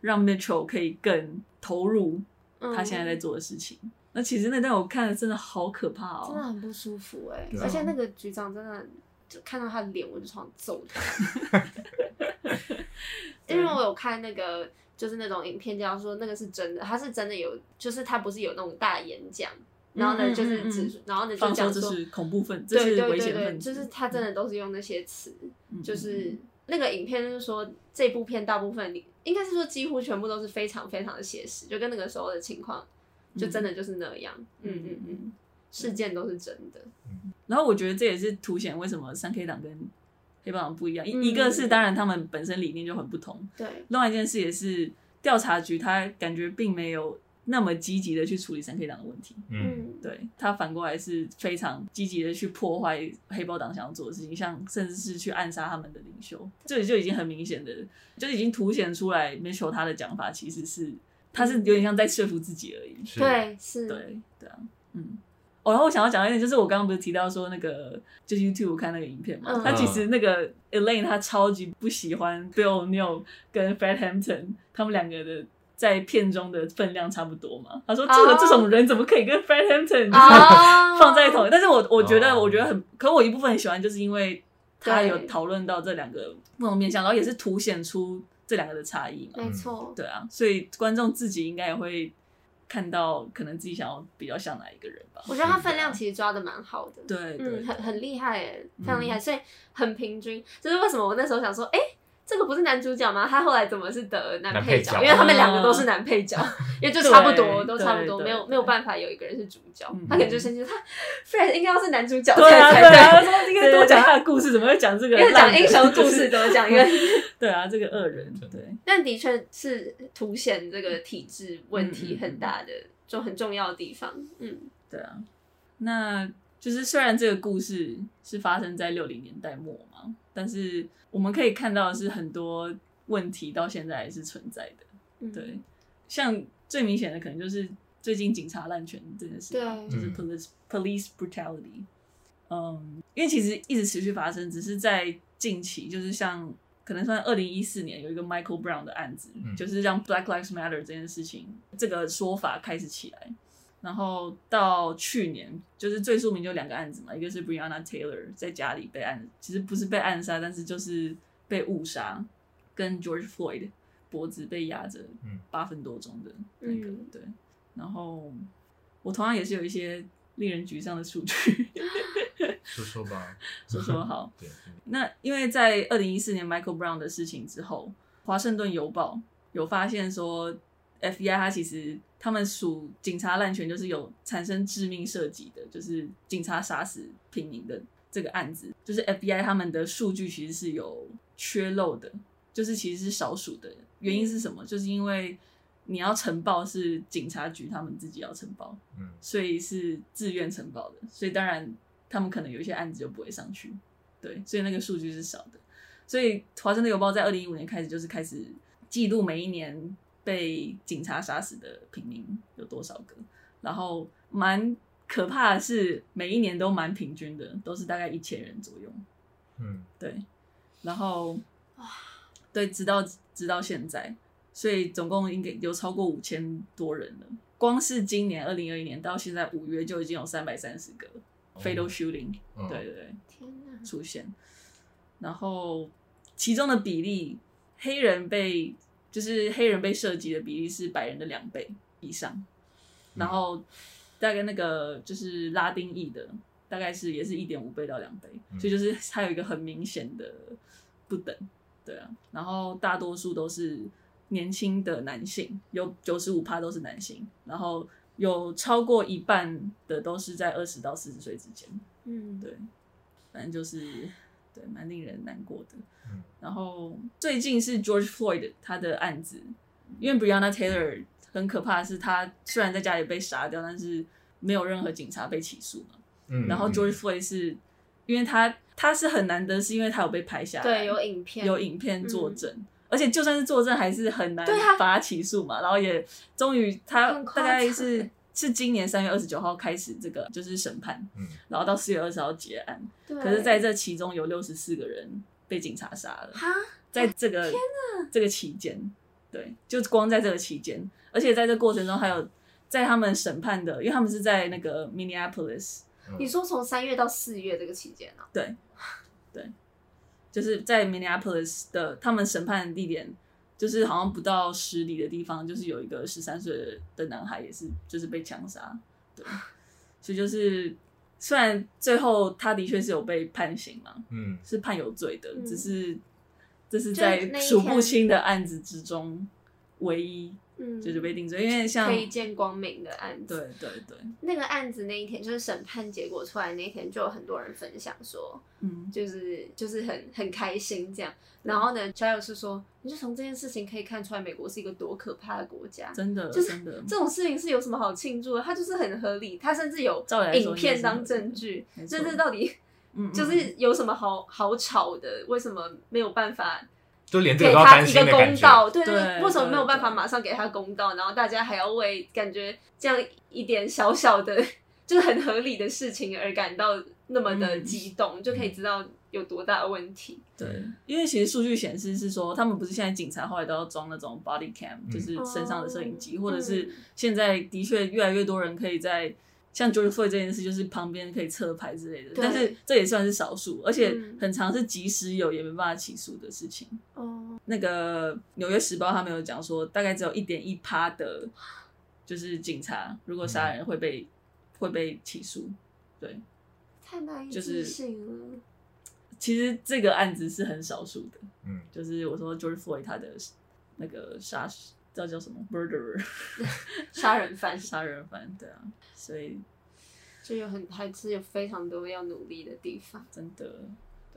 [SPEAKER 1] 让 Mitchell 可以更投入
[SPEAKER 2] 嗯
[SPEAKER 1] 他现在在做的事情。那其实那段我看的真的好可怕哦，
[SPEAKER 2] 真的很不舒服哎、
[SPEAKER 3] 对啊
[SPEAKER 2] 而且那个局长真的就看到他的脸，我就想揍他。 因为我有看那个就是那种影片，叫说那个是真的，他是真的有，就是他不是有那种大演讲，然后
[SPEAKER 1] 嗯
[SPEAKER 2] 呢
[SPEAKER 1] 嗯
[SPEAKER 2] 就是
[SPEAKER 1] 嗯
[SPEAKER 2] 指，出，然后呢就
[SPEAKER 1] 放
[SPEAKER 2] 讲
[SPEAKER 1] 说
[SPEAKER 2] 说
[SPEAKER 1] 这是恐怖分，这
[SPEAKER 2] 对
[SPEAKER 1] 是
[SPEAKER 2] 对
[SPEAKER 1] 危
[SPEAKER 2] 对
[SPEAKER 1] 险
[SPEAKER 2] 对，
[SPEAKER 1] 分子，
[SPEAKER 2] 就是他真的都是用那些词，
[SPEAKER 1] 嗯
[SPEAKER 2] 就是那个影片就是说这部片大部分你应该是说几乎全部都是非常非常的写实，就跟那个时候的情况就真的就是那样，嗯嗯嗯，
[SPEAKER 1] 嗯。
[SPEAKER 2] 事件都是真的，
[SPEAKER 1] 然后我觉得这也是凸显为什么三 K 党跟黑帮党不一样，一、
[SPEAKER 2] 嗯
[SPEAKER 1] 一个是当然他们本身理念就很不同，
[SPEAKER 2] 对，
[SPEAKER 1] 另外一件事也是调查局他感觉并没有那么积极的去处理三 K 党的问题，
[SPEAKER 3] 嗯，
[SPEAKER 2] 嗯，
[SPEAKER 1] 对他反过来是非常积极的去破坏黑豹党想要做的事情，像甚至是去暗杀他们的领袖，这里就已经很明显的，就已经凸显出来 Mitchell 他的讲法其实是他是有点像在说服自己而已，
[SPEAKER 3] 是，
[SPEAKER 2] 对，是，
[SPEAKER 1] 对对啊，嗯。哦，然后我想要讲一点，就是我刚刚不是提到说那个，就是 YouTube 我看那个影片嘛，
[SPEAKER 2] 嗯
[SPEAKER 1] 他其实那个 Elaine 她超级不喜欢 Bill New 跟 Fred Hampton 他们两个的在片中的分量差不多嘛。他说这个、
[SPEAKER 2] 哦
[SPEAKER 1] 这种人怎么可以跟 Fred Hampton
[SPEAKER 2] 啊，
[SPEAKER 1] 放在同一？但是我我觉得、
[SPEAKER 3] 哦
[SPEAKER 1] 我觉得很，可我一部分很喜欢，就是因为他
[SPEAKER 2] 对
[SPEAKER 1] 有讨论到这两个不同面向，然后也是凸显出这两个的差异嘛。
[SPEAKER 2] 没错，
[SPEAKER 1] 对啊，所以观众自己应该也会看到，可能自己想要比较像哪一个人吧。
[SPEAKER 2] 我觉得他分量其实抓的蛮好的，
[SPEAKER 1] 对对
[SPEAKER 2] 嗯，很很厉害耶，非常厉
[SPEAKER 1] 嗯
[SPEAKER 2] 害，所以很平均。就是为什么我那时候想说，哎、这个不是男主角吗？他后来怎么是得男配角？
[SPEAKER 3] 男配角
[SPEAKER 2] 因为他们两个都是男 配角，因为就差不多，都差不多，
[SPEAKER 1] 对对
[SPEAKER 2] 没有
[SPEAKER 1] 对
[SPEAKER 2] 没有办法有一个人是主角
[SPEAKER 1] 嗯，
[SPEAKER 2] 他可能就先觉得他 Fred 应该要是男主角
[SPEAKER 1] 对啊
[SPEAKER 2] 才
[SPEAKER 1] 对啊，
[SPEAKER 2] 对，
[SPEAKER 1] 说应该多讲他的故事，怎么会讲这个
[SPEAKER 2] 因为
[SPEAKER 1] 烂
[SPEAKER 2] 讲
[SPEAKER 1] 人？
[SPEAKER 2] 英雄故事怎么讲？因为
[SPEAKER 1] 就是， 对啊，这个恶人，对，
[SPEAKER 2] 但的确是凸显这个体制问
[SPEAKER 1] 嗯嗯
[SPEAKER 2] 题
[SPEAKER 1] 嗯
[SPEAKER 2] 很大的，就很重要的地方。嗯，
[SPEAKER 1] 对啊。那就是虽然这个故事是发生在六零年代末嘛，但是我们可以看到的是很多问题到现在还是存在的。
[SPEAKER 2] 嗯
[SPEAKER 1] 对，像最明显的可能就是最近警察滥权这件事吧，
[SPEAKER 2] 对
[SPEAKER 1] 就是
[SPEAKER 3] 嗯
[SPEAKER 1] police police brutality。嗯，因为其实一直持续发生，只是在近期，就是像可能算二零一四年有一个 Michael Brown 的案子，
[SPEAKER 3] 嗯
[SPEAKER 1] 就是让 Black Lives Matter 这件事情这个说法开始起来。然后到去年，就是最著名就两个案子嘛，一个是 Breonna Taylor 在家里被暗，其实不是被暗杀，但是就是被误杀，跟 George Floyd 脖子被压着
[SPEAKER 3] 嗯
[SPEAKER 1] 八分多钟的那个，
[SPEAKER 2] 嗯
[SPEAKER 1] 对。然后我同样也是有一些令人沮丧的数据，
[SPEAKER 3] 说说吧，
[SPEAKER 1] 说说好。
[SPEAKER 3] 对，
[SPEAKER 1] 那因为在二零一四年 Michael Brown 的事情之后，《华盛顿邮报》有发现说，FBI 它其实他们属警察滥权，就是有产生致命涉及的，就是警察杀死平民的这个案子，就是 FBI 他们的数据其实是有缺漏的，就是其实是少数的。原因是什么？就是因为你要呈报是警察局他们自己要呈报，
[SPEAKER 3] 嗯
[SPEAKER 1] 所以是自愿承保的，所以当然他们可能有一些案子就不会上去，对，所以那个数据是少的。所以《华盛顿邮报》在二零一五年开始就是开始记录每一年被警察杀死的平民有多少个，然后蛮可怕的是每一年都蛮平均的，都是大概一千人左右，
[SPEAKER 3] 嗯
[SPEAKER 1] 对，然后对，直到直到现在，所以总共应该有超过五千多人了。光是今年二零二一年到现在五月就已经有三百三十个 fatal shooting，、
[SPEAKER 3] 嗯，
[SPEAKER 1] 对对对，
[SPEAKER 2] 天哪，
[SPEAKER 1] 出现。然后其中的比例，黑人被就是黑人被涉及的比例是白人的两倍以上，然后大概那个就是拉丁裔的，大概是也是一点五倍到两倍，
[SPEAKER 3] 嗯
[SPEAKER 1] 所以就是 它有一个很明显的不等，对啊。然后大多数都是年轻的男性，有九十五趴都是男性，然后有超过一半的都是在二十到四十岁之间，
[SPEAKER 2] 嗯，
[SPEAKER 1] 对，反正就是对蛮令人难过的。
[SPEAKER 3] 嗯
[SPEAKER 1] 然后最近是 George Floyd 他的案子，因为 Breonna Taylor 很可怕的是，他虽然在家里被杀掉，但是没有任何警察被起诉嘛。
[SPEAKER 3] 嗯，
[SPEAKER 1] 然后 George Floyd 是因为他他是很难得，是因为他有被拍下来，
[SPEAKER 2] 对，有影片，嗯
[SPEAKER 1] 有影片作证。而且就算是作证，还是很难
[SPEAKER 2] 对啊
[SPEAKER 1] 把他起诉嘛。然后也终于他
[SPEAKER 2] 很
[SPEAKER 1] 大
[SPEAKER 2] 夸张
[SPEAKER 1] 概是是今年三月二十九号开始这个就是审判，
[SPEAKER 3] 嗯
[SPEAKER 1] 然后到四月二十号结案。
[SPEAKER 2] 对，
[SPEAKER 1] 可是在这其中有六十四个人被警察杀了，
[SPEAKER 2] 哈，
[SPEAKER 1] 在这个这个期间，对，就光在这个期间，而且在这过程中还有在他们审判的，因为他们是在那个 Minneapolis，
[SPEAKER 3] 嗯
[SPEAKER 2] 你说从三月到四月这个期间啊呢、
[SPEAKER 1] 就是在 Minneapolis 的他们审判的地点，就是好像不到十里的地方，就是有一个十三岁的男孩也是就是被枪杀，对，所以就是虽然最后他的确是有被判刑嘛，
[SPEAKER 3] 嗯
[SPEAKER 1] 是判有罪的，
[SPEAKER 2] 嗯
[SPEAKER 1] 只是这是
[SPEAKER 2] 就那一
[SPEAKER 1] 在
[SPEAKER 2] 天
[SPEAKER 1] 数不清的案子之中唯一
[SPEAKER 2] 嗯，
[SPEAKER 1] 就是被定罪，因为像
[SPEAKER 2] 可
[SPEAKER 1] 对
[SPEAKER 2] 以见光明的案子。
[SPEAKER 1] 对对，
[SPEAKER 2] 那个案子那一天，就是审判结果出来那一天，就有很多人分享说，
[SPEAKER 1] 嗯，
[SPEAKER 2] 就是就是很很开心这样。然后呢，小友是说，你就从这件事情可以看出来，美国是一个多可怕的国家。
[SPEAKER 1] 真的
[SPEAKER 2] 就是
[SPEAKER 1] 真的，
[SPEAKER 2] 这种事情是有什么好庆祝的？它就是很合理，它甚至有
[SPEAKER 1] 照理来说
[SPEAKER 2] 影片当证据
[SPEAKER 1] 应该，是
[SPEAKER 2] 这
[SPEAKER 1] 合理的没错
[SPEAKER 2] 这到底
[SPEAKER 1] 嗯嗯
[SPEAKER 2] 就是有什么好好吵的？为什么没有办法
[SPEAKER 3] 就连这
[SPEAKER 2] 给
[SPEAKER 3] 个都要
[SPEAKER 2] 他
[SPEAKER 3] 担
[SPEAKER 2] 一
[SPEAKER 3] 心
[SPEAKER 2] 个
[SPEAKER 3] 的感
[SPEAKER 2] 公
[SPEAKER 3] 觉。
[SPEAKER 2] 道，对
[SPEAKER 1] 对
[SPEAKER 2] 对，为什么没有办法
[SPEAKER 1] 对
[SPEAKER 2] 马上给他公道？然后大家还要为感觉这样一点小小的， 就是很合理的事情而感到那么的
[SPEAKER 1] 嗯
[SPEAKER 2] 激动，就可以知道有多大的问题。
[SPEAKER 1] 对，因为其实数据显示是说，他们不是现在警察后来都要装那种 body cam，、
[SPEAKER 3] 嗯
[SPEAKER 1] 就是身上的摄影机，
[SPEAKER 2] 哦
[SPEAKER 1] 或者是
[SPEAKER 2] 嗯
[SPEAKER 1] 现在的确越来越多人可以在像 George Floyd 这件事，就是旁边可以侧拍之类的，
[SPEAKER 2] 对
[SPEAKER 1] 但是这也算是少数，而且
[SPEAKER 2] 嗯
[SPEAKER 1] 很常是即使有也没办法起诉的事情。
[SPEAKER 2] 哦，
[SPEAKER 1] 那个《纽约时报》他们有讲说，大概只有一点一趴的，就是警察如果杀人会被、会被起诉。对，
[SPEAKER 2] 太难以
[SPEAKER 1] 就是
[SPEAKER 2] 置信了。
[SPEAKER 1] 其实这个案子是很少数的。
[SPEAKER 3] 嗯，
[SPEAKER 1] 就是我说 George Floyd 他的那个杀，这叫什么 murderer
[SPEAKER 2] 杀人 犯
[SPEAKER 1] 杀人犯，对啊，所以
[SPEAKER 2] 就有很还是有非常多要努力的地方。
[SPEAKER 1] 真的，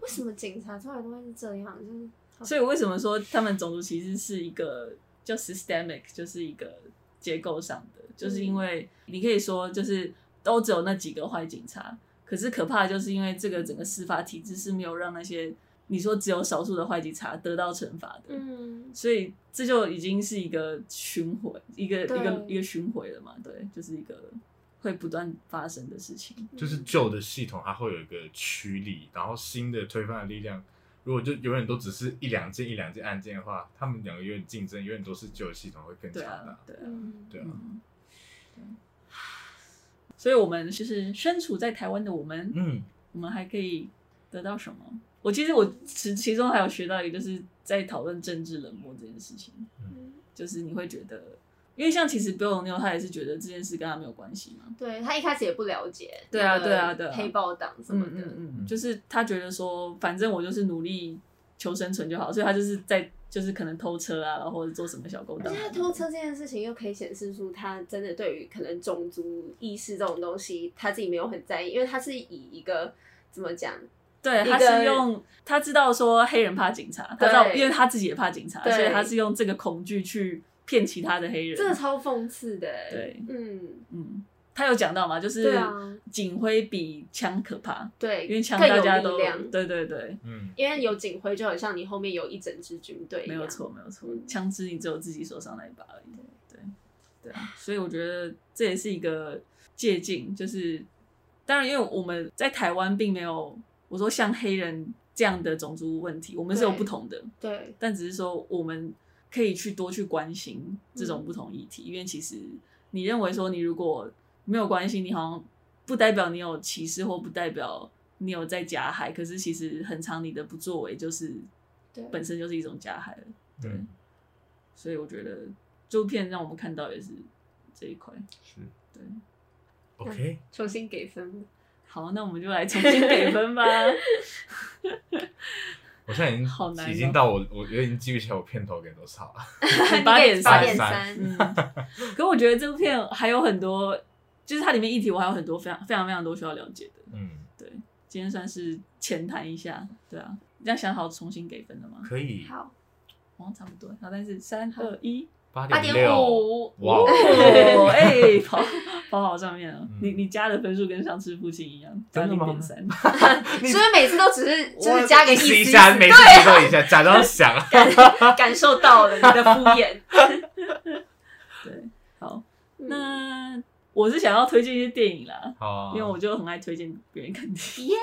[SPEAKER 2] 为什么警察突然都会是这样？就是
[SPEAKER 1] 所以我为什么说他们种族歧视是一个叫 systemic，就是一个结构上的，就是
[SPEAKER 2] 嗯
[SPEAKER 1] 因为你可以说就是都只有那几个坏警察，可是可怕的就是因为这个整个司法体制是没有让那些你说只有少数的坏警察得到惩罚的，
[SPEAKER 2] 嗯，
[SPEAKER 1] 所以这就已经是一个巡回，一个一
[SPEAKER 2] 对
[SPEAKER 1] 个一个巡回了嘛，对，就是一个会不断发生的事情。
[SPEAKER 3] 就是旧的系统它会有一个驱力，然后新的推翻的力量，如果就永远都只是一两件一两件案件的话，他们两个永远竞争，永远都是旧的系统会更强
[SPEAKER 1] 对
[SPEAKER 3] 大
[SPEAKER 1] 啊。，对啊，
[SPEAKER 2] 嗯，
[SPEAKER 3] 对啊，
[SPEAKER 1] 嗯，对所以我们就是身处在台湾的我们，
[SPEAKER 3] 嗯，
[SPEAKER 1] 我们还可以得到什么？我其实我其其中还有学到一个，就是在讨论政治冷漠这件事情，
[SPEAKER 2] 嗯
[SPEAKER 1] 就是你会觉得，因为像其实 Bill O'Neill 他也是觉得这件事跟他没有关系嘛，
[SPEAKER 2] 对他一开始也不了解，
[SPEAKER 1] 对啊对啊对啊
[SPEAKER 2] 黑豹党什么
[SPEAKER 1] 嗯
[SPEAKER 2] 的，
[SPEAKER 1] 嗯嗯，就是他觉得说，反正我就是努力求生存就好，所以他就是在就是可能偷车啊，然后或者做什么小勾
[SPEAKER 2] 而
[SPEAKER 1] 当
[SPEAKER 2] 且
[SPEAKER 1] 啊。
[SPEAKER 2] 他偷车这件事情，又可以显示出他真的对于可能种族意识这种东西，他自己没有很在意，因为他是以一个怎么讲，
[SPEAKER 1] 对，
[SPEAKER 2] 一
[SPEAKER 1] 他
[SPEAKER 2] 个
[SPEAKER 1] 是用他知道说黑人怕警察，他知道，
[SPEAKER 2] 对
[SPEAKER 1] 因为他自己也怕警察，
[SPEAKER 2] 对
[SPEAKER 1] 所以他是用这个恐惧去骗其他的黑人。
[SPEAKER 2] 这个超讽刺的、欸。
[SPEAKER 1] 对，
[SPEAKER 2] 嗯，
[SPEAKER 1] 嗯，他有讲到嘛，就是
[SPEAKER 2] 对啊
[SPEAKER 1] 警徽比枪可怕，
[SPEAKER 2] 对，
[SPEAKER 1] 因为枪
[SPEAKER 2] 更
[SPEAKER 1] 大
[SPEAKER 2] 有
[SPEAKER 1] 家
[SPEAKER 2] 力
[SPEAKER 1] 都
[SPEAKER 2] 量，
[SPEAKER 1] 对对对，
[SPEAKER 3] 嗯，
[SPEAKER 2] 因为有警徽，就很像你后面有一整支军队一
[SPEAKER 1] 没
[SPEAKER 2] 样
[SPEAKER 1] 有，错没有错
[SPEAKER 2] 嗯，
[SPEAKER 1] 枪支你只有自己手上那一把而已。对对啊，所以我觉得这也是一个借鉴，就是当然，因为我们在台湾并没有我说像黑人这样的种族问题，我们是有
[SPEAKER 2] 对
[SPEAKER 1] 不同的。
[SPEAKER 2] 对，
[SPEAKER 1] 但只是说我们可以去多去关心这种
[SPEAKER 2] 嗯
[SPEAKER 1] 不同议题，因为其实你认为说你如果没有关心，你好像不代表你有歧视或不代表你有在加害，可是其实很长你的不作为就是
[SPEAKER 2] 对
[SPEAKER 1] 本身就是一种加害了，
[SPEAKER 3] 对，
[SPEAKER 1] 所以我觉得这部片让我们看到也是这一块，
[SPEAKER 3] 是
[SPEAKER 1] 对。
[SPEAKER 3] OK，
[SPEAKER 2] 重新给 分。
[SPEAKER 1] 好，那我们就来重新给分吧。
[SPEAKER 3] 我现在已经
[SPEAKER 1] 好难哦
[SPEAKER 3] 已经到我我有点记不起来我片头给多少了。
[SPEAKER 1] 八点
[SPEAKER 2] 八
[SPEAKER 1] 三
[SPEAKER 2] 点
[SPEAKER 3] 三
[SPEAKER 2] 三，
[SPEAKER 1] 嗯，可我觉得这部片还有很多，就是它里面议题我还有很多非常非常非常多需要了解的。
[SPEAKER 3] 嗯，
[SPEAKER 1] 对，今天算是浅谈一下，对啊，这样想好重新给分了吗？
[SPEAKER 3] 可以，
[SPEAKER 2] 好，
[SPEAKER 1] 哦，差不多，好，但是三
[SPEAKER 2] 好
[SPEAKER 1] 二一，哦
[SPEAKER 3] 八
[SPEAKER 2] 八
[SPEAKER 3] 点
[SPEAKER 2] 点
[SPEAKER 3] 六，
[SPEAKER 2] 五，
[SPEAKER 3] 哇，
[SPEAKER 1] 哦，哎，好，跑跑上面啊，
[SPEAKER 3] 嗯
[SPEAKER 1] 你你加的分数跟上次父亲一样，加
[SPEAKER 3] 真的
[SPEAKER 1] 零
[SPEAKER 3] 吗
[SPEAKER 1] 点三，
[SPEAKER 3] 你
[SPEAKER 2] 所以每次都只是就是加个
[SPEAKER 3] 意
[SPEAKER 2] 意
[SPEAKER 3] 思
[SPEAKER 2] 思
[SPEAKER 3] 一
[SPEAKER 2] 意思
[SPEAKER 3] 下，每次都一下，假装想啊。
[SPEAKER 2] 感受到了你的敷衍。
[SPEAKER 1] 对，好，
[SPEAKER 2] 嗯
[SPEAKER 1] 那我是想要推荐一些电影啦，
[SPEAKER 3] 好啊，
[SPEAKER 1] 因为我就很爱推荐别人看电 影。
[SPEAKER 2] 耶，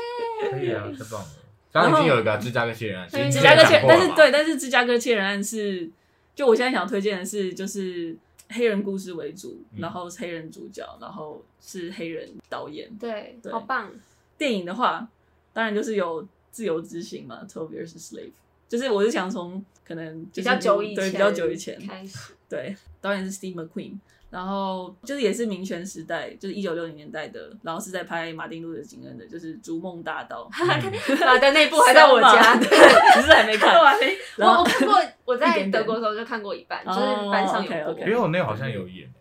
[SPEAKER 3] 可以啊，太棒了。刚刚已经有一个啊芝加哥七人案，
[SPEAKER 2] 对
[SPEAKER 1] 芝
[SPEAKER 3] 芝
[SPEAKER 1] 加哥切
[SPEAKER 2] 切，
[SPEAKER 3] 啊
[SPEAKER 1] 但是对，但是芝加哥切人案是，就我现在想推荐的是，就是黑人故事为主，
[SPEAKER 3] 嗯
[SPEAKER 1] 然后是黑人主角，然后是黑人导演。
[SPEAKER 2] 对，
[SPEAKER 1] 对
[SPEAKER 2] 好棒。
[SPEAKER 1] 电影的话，当然就是有《自由之行》嘛，《Twelve Years a Slave》，就是我是想从可能、就是、
[SPEAKER 2] 比较久以前，
[SPEAKER 1] 对比较久以前，
[SPEAKER 2] 开始，
[SPEAKER 1] 对，导演是 Steve McQueen，然后就是也是民权时代，就是一九六零年代的，然后是在拍马丁路德金恩的，就是《逐梦大 道》
[SPEAKER 3] 嗯
[SPEAKER 2] 啊，但那一部还在 我家，
[SPEAKER 1] 对，只是还没看。
[SPEAKER 2] 我还没，我
[SPEAKER 1] 然后
[SPEAKER 2] 啊我看过，我
[SPEAKER 1] 一
[SPEAKER 2] 在
[SPEAKER 1] 点点
[SPEAKER 2] 德国的时候就看过一半，就是
[SPEAKER 1] 哦
[SPEAKER 2] 班上有
[SPEAKER 1] OK，OK
[SPEAKER 2] 播
[SPEAKER 3] 因为我那好像有演欸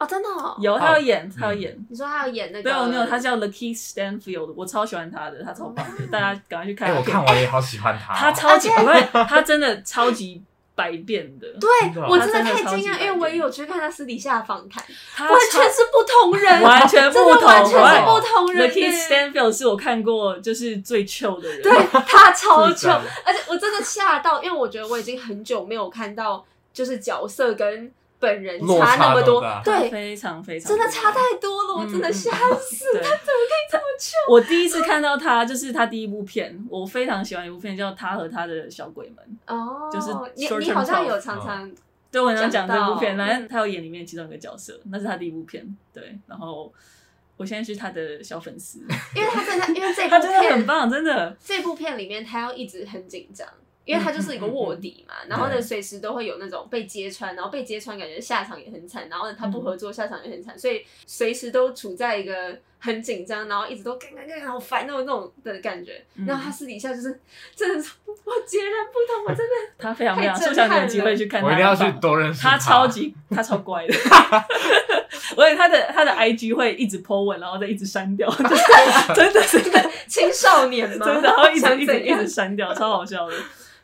[SPEAKER 2] 哦，真的哦，
[SPEAKER 1] 有，他有演，他有演。
[SPEAKER 2] 你说他有演那个，
[SPEAKER 1] 对，啊我没有，他叫 l u c k y Stanfield，我超喜欢他的，他超棒 的，大家赶快去看
[SPEAKER 3] 哎，
[SPEAKER 1] 他
[SPEAKER 3] 我
[SPEAKER 1] 片。
[SPEAKER 3] 看完也好喜欢他哦。
[SPEAKER 1] 他超级，我会， 他真的超级百变的，
[SPEAKER 2] 对
[SPEAKER 3] 真的哦
[SPEAKER 2] 我真的
[SPEAKER 1] 他真的
[SPEAKER 2] 太
[SPEAKER 1] 超级
[SPEAKER 2] 惊
[SPEAKER 1] 白
[SPEAKER 2] 讶，因为我也有去看他私底下的访谈，
[SPEAKER 1] 他
[SPEAKER 2] 完全是不同人，
[SPEAKER 1] 完全不
[SPEAKER 2] 真的
[SPEAKER 1] 同，
[SPEAKER 2] 完全是
[SPEAKER 3] 哇
[SPEAKER 2] 不同
[SPEAKER 1] l u
[SPEAKER 2] 人
[SPEAKER 1] c k y
[SPEAKER 2] 耶。
[SPEAKER 1] Stanfield 是我看过就是最 chill 的人，
[SPEAKER 2] 对 他超
[SPEAKER 3] 是
[SPEAKER 2] 丑，
[SPEAKER 3] 的
[SPEAKER 2] 而且我真的吓到，因为我觉得我已经很久没有看到，就是角色跟本人
[SPEAKER 3] 落
[SPEAKER 2] 差
[SPEAKER 3] 差
[SPEAKER 2] 那么
[SPEAKER 3] 那么
[SPEAKER 2] 多
[SPEAKER 3] 大，
[SPEAKER 2] 对，
[SPEAKER 1] 非常非常
[SPEAKER 2] 真的差太多了，我
[SPEAKER 1] 嗯
[SPEAKER 2] 真的吓死。
[SPEAKER 1] 对，他怎么可以这么 chill？我第一次看到他就是他第一部片，我非常喜欢一部片叫《他和他的小鬼们》，
[SPEAKER 2] 哦，
[SPEAKER 1] 就是
[SPEAKER 2] 你
[SPEAKER 1] short
[SPEAKER 2] 你好
[SPEAKER 1] term
[SPEAKER 2] 像
[SPEAKER 1] trial
[SPEAKER 2] 有常常
[SPEAKER 1] 对，我很想讲这部片，
[SPEAKER 2] 讲到
[SPEAKER 1] 反正他有演里面其中一个角色，那是他第一部片，对，然后我现在是他的小粉 丝，
[SPEAKER 2] 因为他真的，因为这部
[SPEAKER 1] 他真的很
[SPEAKER 2] 片，
[SPEAKER 1] 棒，真的，
[SPEAKER 2] 这部片里面他要一直很紧张，因为他就是一个卧底
[SPEAKER 1] 嗯
[SPEAKER 2] 嘛，然后呢，
[SPEAKER 3] 对
[SPEAKER 2] 随时都会有那种被揭穿，然后被揭穿感觉下场也很惨，然后呢，他不合作下场也很惨，所以随时都处在一个很紧张，然后一直都干干干好烦哦那种那种的感觉。
[SPEAKER 1] 嗯
[SPEAKER 2] 然后他私底下就是真的是我截然不同，我真的
[SPEAKER 1] 他非常非常，
[SPEAKER 2] 太
[SPEAKER 1] 所以
[SPEAKER 2] 震
[SPEAKER 1] 我想你
[SPEAKER 2] 撼
[SPEAKER 1] 有啊机会
[SPEAKER 2] 了
[SPEAKER 1] 去看他，
[SPEAKER 3] 我一定要
[SPEAKER 1] 很
[SPEAKER 3] 去
[SPEAKER 1] 棒
[SPEAKER 3] 多认识
[SPEAKER 1] 他超级他超乖 的，而且他的他的 IG 会一直 po 文，然后再一直删 掉，就是真的真的
[SPEAKER 2] 青少年嘛，
[SPEAKER 1] 真的，然后一直
[SPEAKER 2] 想
[SPEAKER 1] 一直
[SPEAKER 2] 怎
[SPEAKER 1] 一
[SPEAKER 2] 样
[SPEAKER 1] 直？删掉，超好笑的。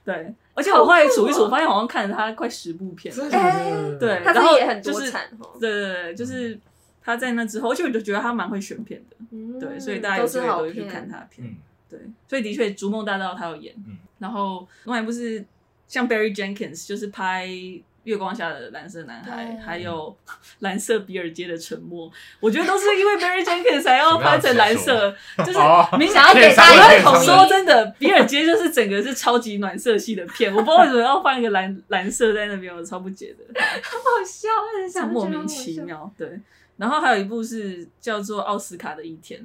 [SPEAKER 1] 对，而且我后来数一
[SPEAKER 2] 哦
[SPEAKER 1] 数，发现好像看了他快十部片了。
[SPEAKER 3] 真的
[SPEAKER 2] 哎
[SPEAKER 3] 假的
[SPEAKER 1] 对
[SPEAKER 2] 他
[SPEAKER 1] 然
[SPEAKER 2] 自
[SPEAKER 1] 后
[SPEAKER 2] 己也很
[SPEAKER 1] 就
[SPEAKER 2] 多
[SPEAKER 1] 是
[SPEAKER 2] 产哦，
[SPEAKER 1] 对对对，就是他在那之后，而且我就觉得他蛮会选片的，
[SPEAKER 2] 嗯
[SPEAKER 1] 对，所以大家有
[SPEAKER 2] 都
[SPEAKER 1] 机
[SPEAKER 2] 是
[SPEAKER 1] 会
[SPEAKER 2] 好
[SPEAKER 1] 都会去
[SPEAKER 2] 片，
[SPEAKER 1] 看他的片。
[SPEAKER 3] 嗯，
[SPEAKER 1] 对，所以的确，《逐梦大道》他有演，
[SPEAKER 3] 嗯
[SPEAKER 1] 然后另外一部是像 Barry Jenkins，就是拍《月光下的蓝色男孩
[SPEAKER 2] 对》，
[SPEAKER 1] 还有《蓝色比尔街的沉默》，我觉得都是因为 Barry Jenkins 才 要翻成蓝色，就是
[SPEAKER 3] 哦
[SPEAKER 1] 明
[SPEAKER 2] 想要给大
[SPEAKER 1] 我
[SPEAKER 2] 家一
[SPEAKER 1] 要
[SPEAKER 2] 个统一
[SPEAKER 1] 说真的，比尔街就是整个是超级暖色系的片，我不知道为什么要放一个蓝蓝色在那边，我超不解的。
[SPEAKER 2] 好笑，我很
[SPEAKER 1] 是
[SPEAKER 2] 想
[SPEAKER 1] 莫名其。妙。对，然后还有一部是叫做《奥斯卡的一天》，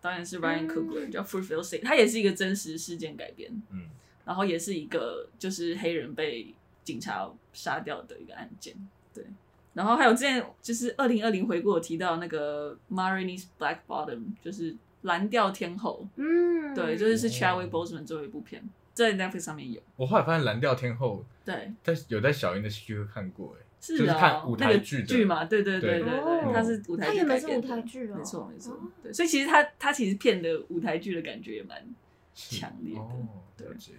[SPEAKER 1] 导演是 Ryan
[SPEAKER 2] 嗯
[SPEAKER 1] Coogler，、叫《Fulfill Six》，它也是一个真实事件改编，
[SPEAKER 3] 嗯，
[SPEAKER 1] 然后也是一个就是黑人被警察杀掉的一个案件。对，然后还有之前就是二零二零回顾有提到那个 Marini's Black Bottom，就是蓝调天后，
[SPEAKER 2] 嗯，
[SPEAKER 1] 对，就是是
[SPEAKER 3] 哦
[SPEAKER 1] Chadwick Boseman 最后一部片，在 Netflix 上面有。
[SPEAKER 3] 我后来发现蓝调天后
[SPEAKER 1] 对，
[SPEAKER 3] 在有在小英的戏剧会看过，哎，
[SPEAKER 1] 是
[SPEAKER 3] 就是
[SPEAKER 1] 啊
[SPEAKER 3] 看舞
[SPEAKER 1] 那
[SPEAKER 3] 台
[SPEAKER 1] 个
[SPEAKER 3] 剧的
[SPEAKER 1] 剧嘛，对对对
[SPEAKER 3] 对
[SPEAKER 1] 对
[SPEAKER 2] 哦
[SPEAKER 1] 对，它是舞台
[SPEAKER 2] 它
[SPEAKER 1] 剧
[SPEAKER 2] 原
[SPEAKER 1] 改
[SPEAKER 2] 本是
[SPEAKER 1] 编
[SPEAKER 2] 舞
[SPEAKER 1] 的
[SPEAKER 2] 台剧哦
[SPEAKER 1] 没错没错，对，所以其实它它其实片的舞台剧的哦感觉也蛮强烈的。
[SPEAKER 3] 哦，
[SPEAKER 1] 对
[SPEAKER 3] 了解，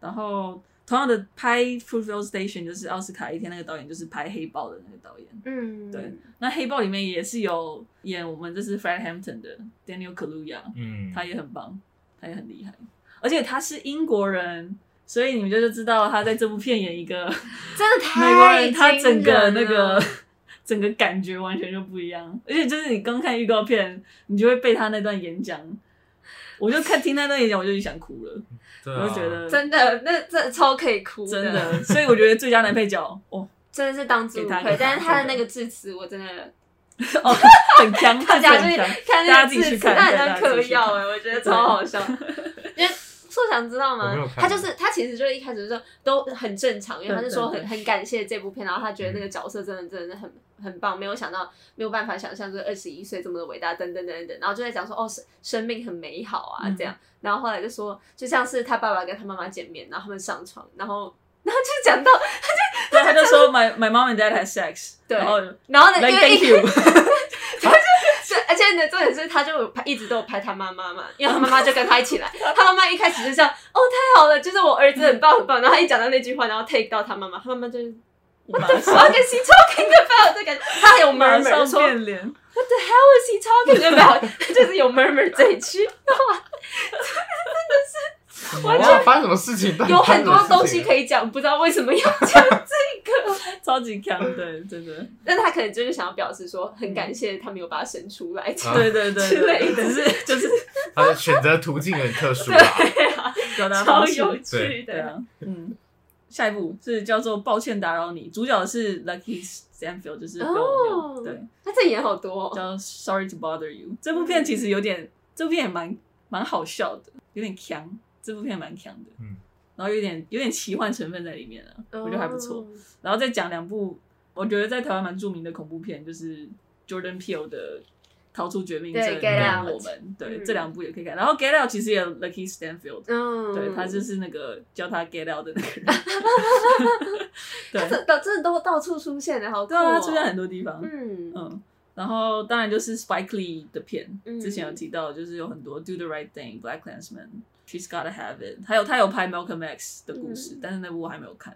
[SPEAKER 1] 然后同样的拍《Fulfill Station》就是奥斯卡一天那个导演就是拍《黑豹》的那个导演，
[SPEAKER 2] 嗯，
[SPEAKER 1] 对，那《黑豹》里面也是有演我们这是 Fred Hampton 的 Daniel Kaluuya，
[SPEAKER 3] 嗯，
[SPEAKER 1] 他也很棒，他也很厉害，而且他是英国人。所以你们就就知道他在这部片演一个
[SPEAKER 2] 真的太
[SPEAKER 1] 美国人他整
[SPEAKER 2] 惊
[SPEAKER 1] 个
[SPEAKER 2] 人
[SPEAKER 1] 那个
[SPEAKER 2] 了
[SPEAKER 1] 整个感觉完全就不一样，而且就是你刚看预告片，你就会被他那段演讲，我就看听他那段演讲，我就想哭了，
[SPEAKER 3] 对啊
[SPEAKER 1] 我就觉得
[SPEAKER 2] 真的，那这超可以哭
[SPEAKER 1] 真
[SPEAKER 2] 的，
[SPEAKER 1] 的，所以我觉得最佳男配角哦
[SPEAKER 2] 真的是当之无
[SPEAKER 1] 给他一
[SPEAKER 2] 愧。
[SPEAKER 1] 个
[SPEAKER 2] 但是他的
[SPEAKER 1] 真的
[SPEAKER 2] 那个致辞，我真的
[SPEAKER 1] 哦很强，
[SPEAKER 2] 大
[SPEAKER 1] 看
[SPEAKER 2] 家就
[SPEAKER 1] 很
[SPEAKER 2] 是
[SPEAKER 1] 强，
[SPEAKER 2] 看
[SPEAKER 1] 大家
[SPEAKER 2] 那
[SPEAKER 1] 自
[SPEAKER 2] 个
[SPEAKER 1] 己去
[SPEAKER 2] 致辞，
[SPEAKER 1] 看
[SPEAKER 2] 他很
[SPEAKER 1] 大
[SPEAKER 2] 像
[SPEAKER 1] 家自
[SPEAKER 2] 嗑
[SPEAKER 1] 己去
[SPEAKER 2] 药
[SPEAKER 1] 看
[SPEAKER 2] 哎，我觉得超 好笑。因为硕翔知道
[SPEAKER 3] 我没有
[SPEAKER 2] 吗？
[SPEAKER 3] 看
[SPEAKER 2] 他就是他其实就是一开始就都很正常，因为他
[SPEAKER 1] 对
[SPEAKER 2] 就
[SPEAKER 1] 对
[SPEAKER 2] 说
[SPEAKER 1] 对
[SPEAKER 2] 很很感谢这部片，然后他觉得那
[SPEAKER 3] 嗯
[SPEAKER 2] 个角色真的真的很很棒，没有想到没有办法想象就是二十一岁这么的伟大等等等等，然后就在讲说哦生生命很美好啊
[SPEAKER 1] 嗯
[SPEAKER 2] 这样，然后后来就说就像是他爸爸跟他妈妈见面，然后他们上床，然后然后就讲到，
[SPEAKER 1] 对，他就说 my my mom and dad had sex，
[SPEAKER 2] 对
[SPEAKER 1] 然后
[SPEAKER 2] 然后呢
[SPEAKER 1] like
[SPEAKER 2] 因为一
[SPEAKER 1] thank you，
[SPEAKER 2] 是，而且呢，重点是他就有拍，一直都有拍他妈妈嘛，因为他妈妈就跟他一起来，他妈妈一开始就这样，哦，太好了，就是我儿子很棒很棒，然后他一讲到那句话，然后 take 到他妈妈，他妈妈就是
[SPEAKER 1] 我马
[SPEAKER 2] 我
[SPEAKER 1] 上
[SPEAKER 2] 要跟 she talking about 这个，他还有
[SPEAKER 1] 马
[SPEAKER 2] murmur
[SPEAKER 1] 上
[SPEAKER 2] 说 What
[SPEAKER 1] 变脸，
[SPEAKER 2] the hell is he talking about？就是 有 murmur 这一句，
[SPEAKER 3] 完全发生什么事情？
[SPEAKER 2] 有很多东西可
[SPEAKER 3] 以。
[SPEAKER 2] 以讲，不知道为什么要讲 这个。
[SPEAKER 1] 超级强，对，真的，
[SPEAKER 2] 但他可能就是想要表示说，很感谢他没有把他生出来。
[SPEAKER 3] 啊
[SPEAKER 1] 对对对，
[SPEAKER 2] 之类的
[SPEAKER 1] 只是就是
[SPEAKER 3] 他的选择途径很特殊啊。
[SPEAKER 1] 表达
[SPEAKER 2] 超
[SPEAKER 1] 方式，
[SPEAKER 2] 有趣
[SPEAKER 1] 对
[SPEAKER 2] 的，
[SPEAKER 1] 啊，嗯。下一部是叫做《抱歉打扰你》，主角是 Lucky Stanfield，就是
[SPEAKER 2] 哦
[SPEAKER 1] Romeo，对，
[SPEAKER 2] 他这演好多哦，
[SPEAKER 1] 叫《Sorry to Bother You》。这部片其实有
[SPEAKER 2] 嗯
[SPEAKER 1] 点，这部片也蛮蛮好笑的，有点强，这部片蛮强的，
[SPEAKER 3] 嗯，
[SPEAKER 1] 然后有点有点奇幻成分在里面啊，我觉得还不错。
[SPEAKER 2] 哦。
[SPEAKER 1] 然后再讲两部，我觉得在台湾蛮著名的恐怖片，就是 Jordan Peele 的《逃出绝命镇
[SPEAKER 2] 对》Get
[SPEAKER 1] 跟
[SPEAKER 2] Out
[SPEAKER 1] 我们，对
[SPEAKER 2] 嗯
[SPEAKER 1] 这两部也可以看。然后《Get Out》其实也有 Lucky Stanfield，
[SPEAKER 2] 嗯，
[SPEAKER 1] 对他就是那个教他 Get Out 的那个人，对
[SPEAKER 2] 他真的真的都到处出现的，好酷
[SPEAKER 1] 对
[SPEAKER 2] 哦
[SPEAKER 1] 啊，他出现很多地方，
[SPEAKER 2] 嗯
[SPEAKER 1] 嗯，然后当然就是 Spike Lee 的片，
[SPEAKER 2] 嗯
[SPEAKER 1] 之前有提到，就是有很多 Do the Right Thing、Black Klansman、She's Gotta Have It，还有他有拍 Malcolm X 的故事，
[SPEAKER 2] 嗯
[SPEAKER 1] 但是那部我还没有看。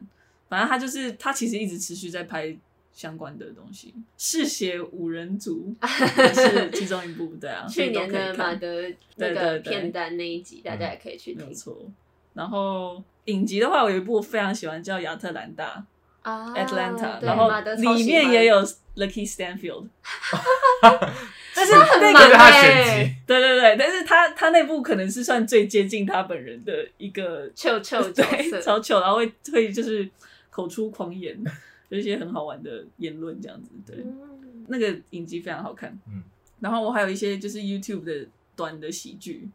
[SPEAKER 1] 反正他就是他其实一直持续在拍相关的东西，《嗜血五人 组》也是其中一部，对啊，所
[SPEAKER 2] 去
[SPEAKER 1] 以都
[SPEAKER 2] 年
[SPEAKER 1] 可
[SPEAKER 2] 的
[SPEAKER 1] 以
[SPEAKER 2] 马
[SPEAKER 1] 看，
[SPEAKER 2] 德
[SPEAKER 1] 对
[SPEAKER 2] 那
[SPEAKER 1] 对
[SPEAKER 2] 个
[SPEAKER 1] 对
[SPEAKER 2] 片单那一集，大家也可以去
[SPEAKER 1] 没有
[SPEAKER 2] 听
[SPEAKER 1] 错。然后影集的话，我有一部我非常喜欢，叫《亚特兰大
[SPEAKER 2] 啊》
[SPEAKER 1] （Atlanta），、
[SPEAKER 2] 对
[SPEAKER 1] 然后
[SPEAKER 2] 马德超喜欢
[SPEAKER 1] 里面也有 Lucky Stanfield，但是
[SPEAKER 2] 他很
[SPEAKER 1] 那
[SPEAKER 2] 忙
[SPEAKER 1] 个
[SPEAKER 3] 这是他的
[SPEAKER 2] 欸
[SPEAKER 3] 选集，
[SPEAKER 1] 对对对，但是他他那部可能是算最接近他本人的一个
[SPEAKER 2] 臭臭角
[SPEAKER 1] 对，
[SPEAKER 2] 色，
[SPEAKER 1] 超糗，然后会会就是口出狂言，有一些很好玩的言论这样子。对，
[SPEAKER 2] 嗯
[SPEAKER 1] 那个影集非常好看。
[SPEAKER 3] 嗯，
[SPEAKER 1] 然后我还有一些就是 YouTube 的短的喜剧，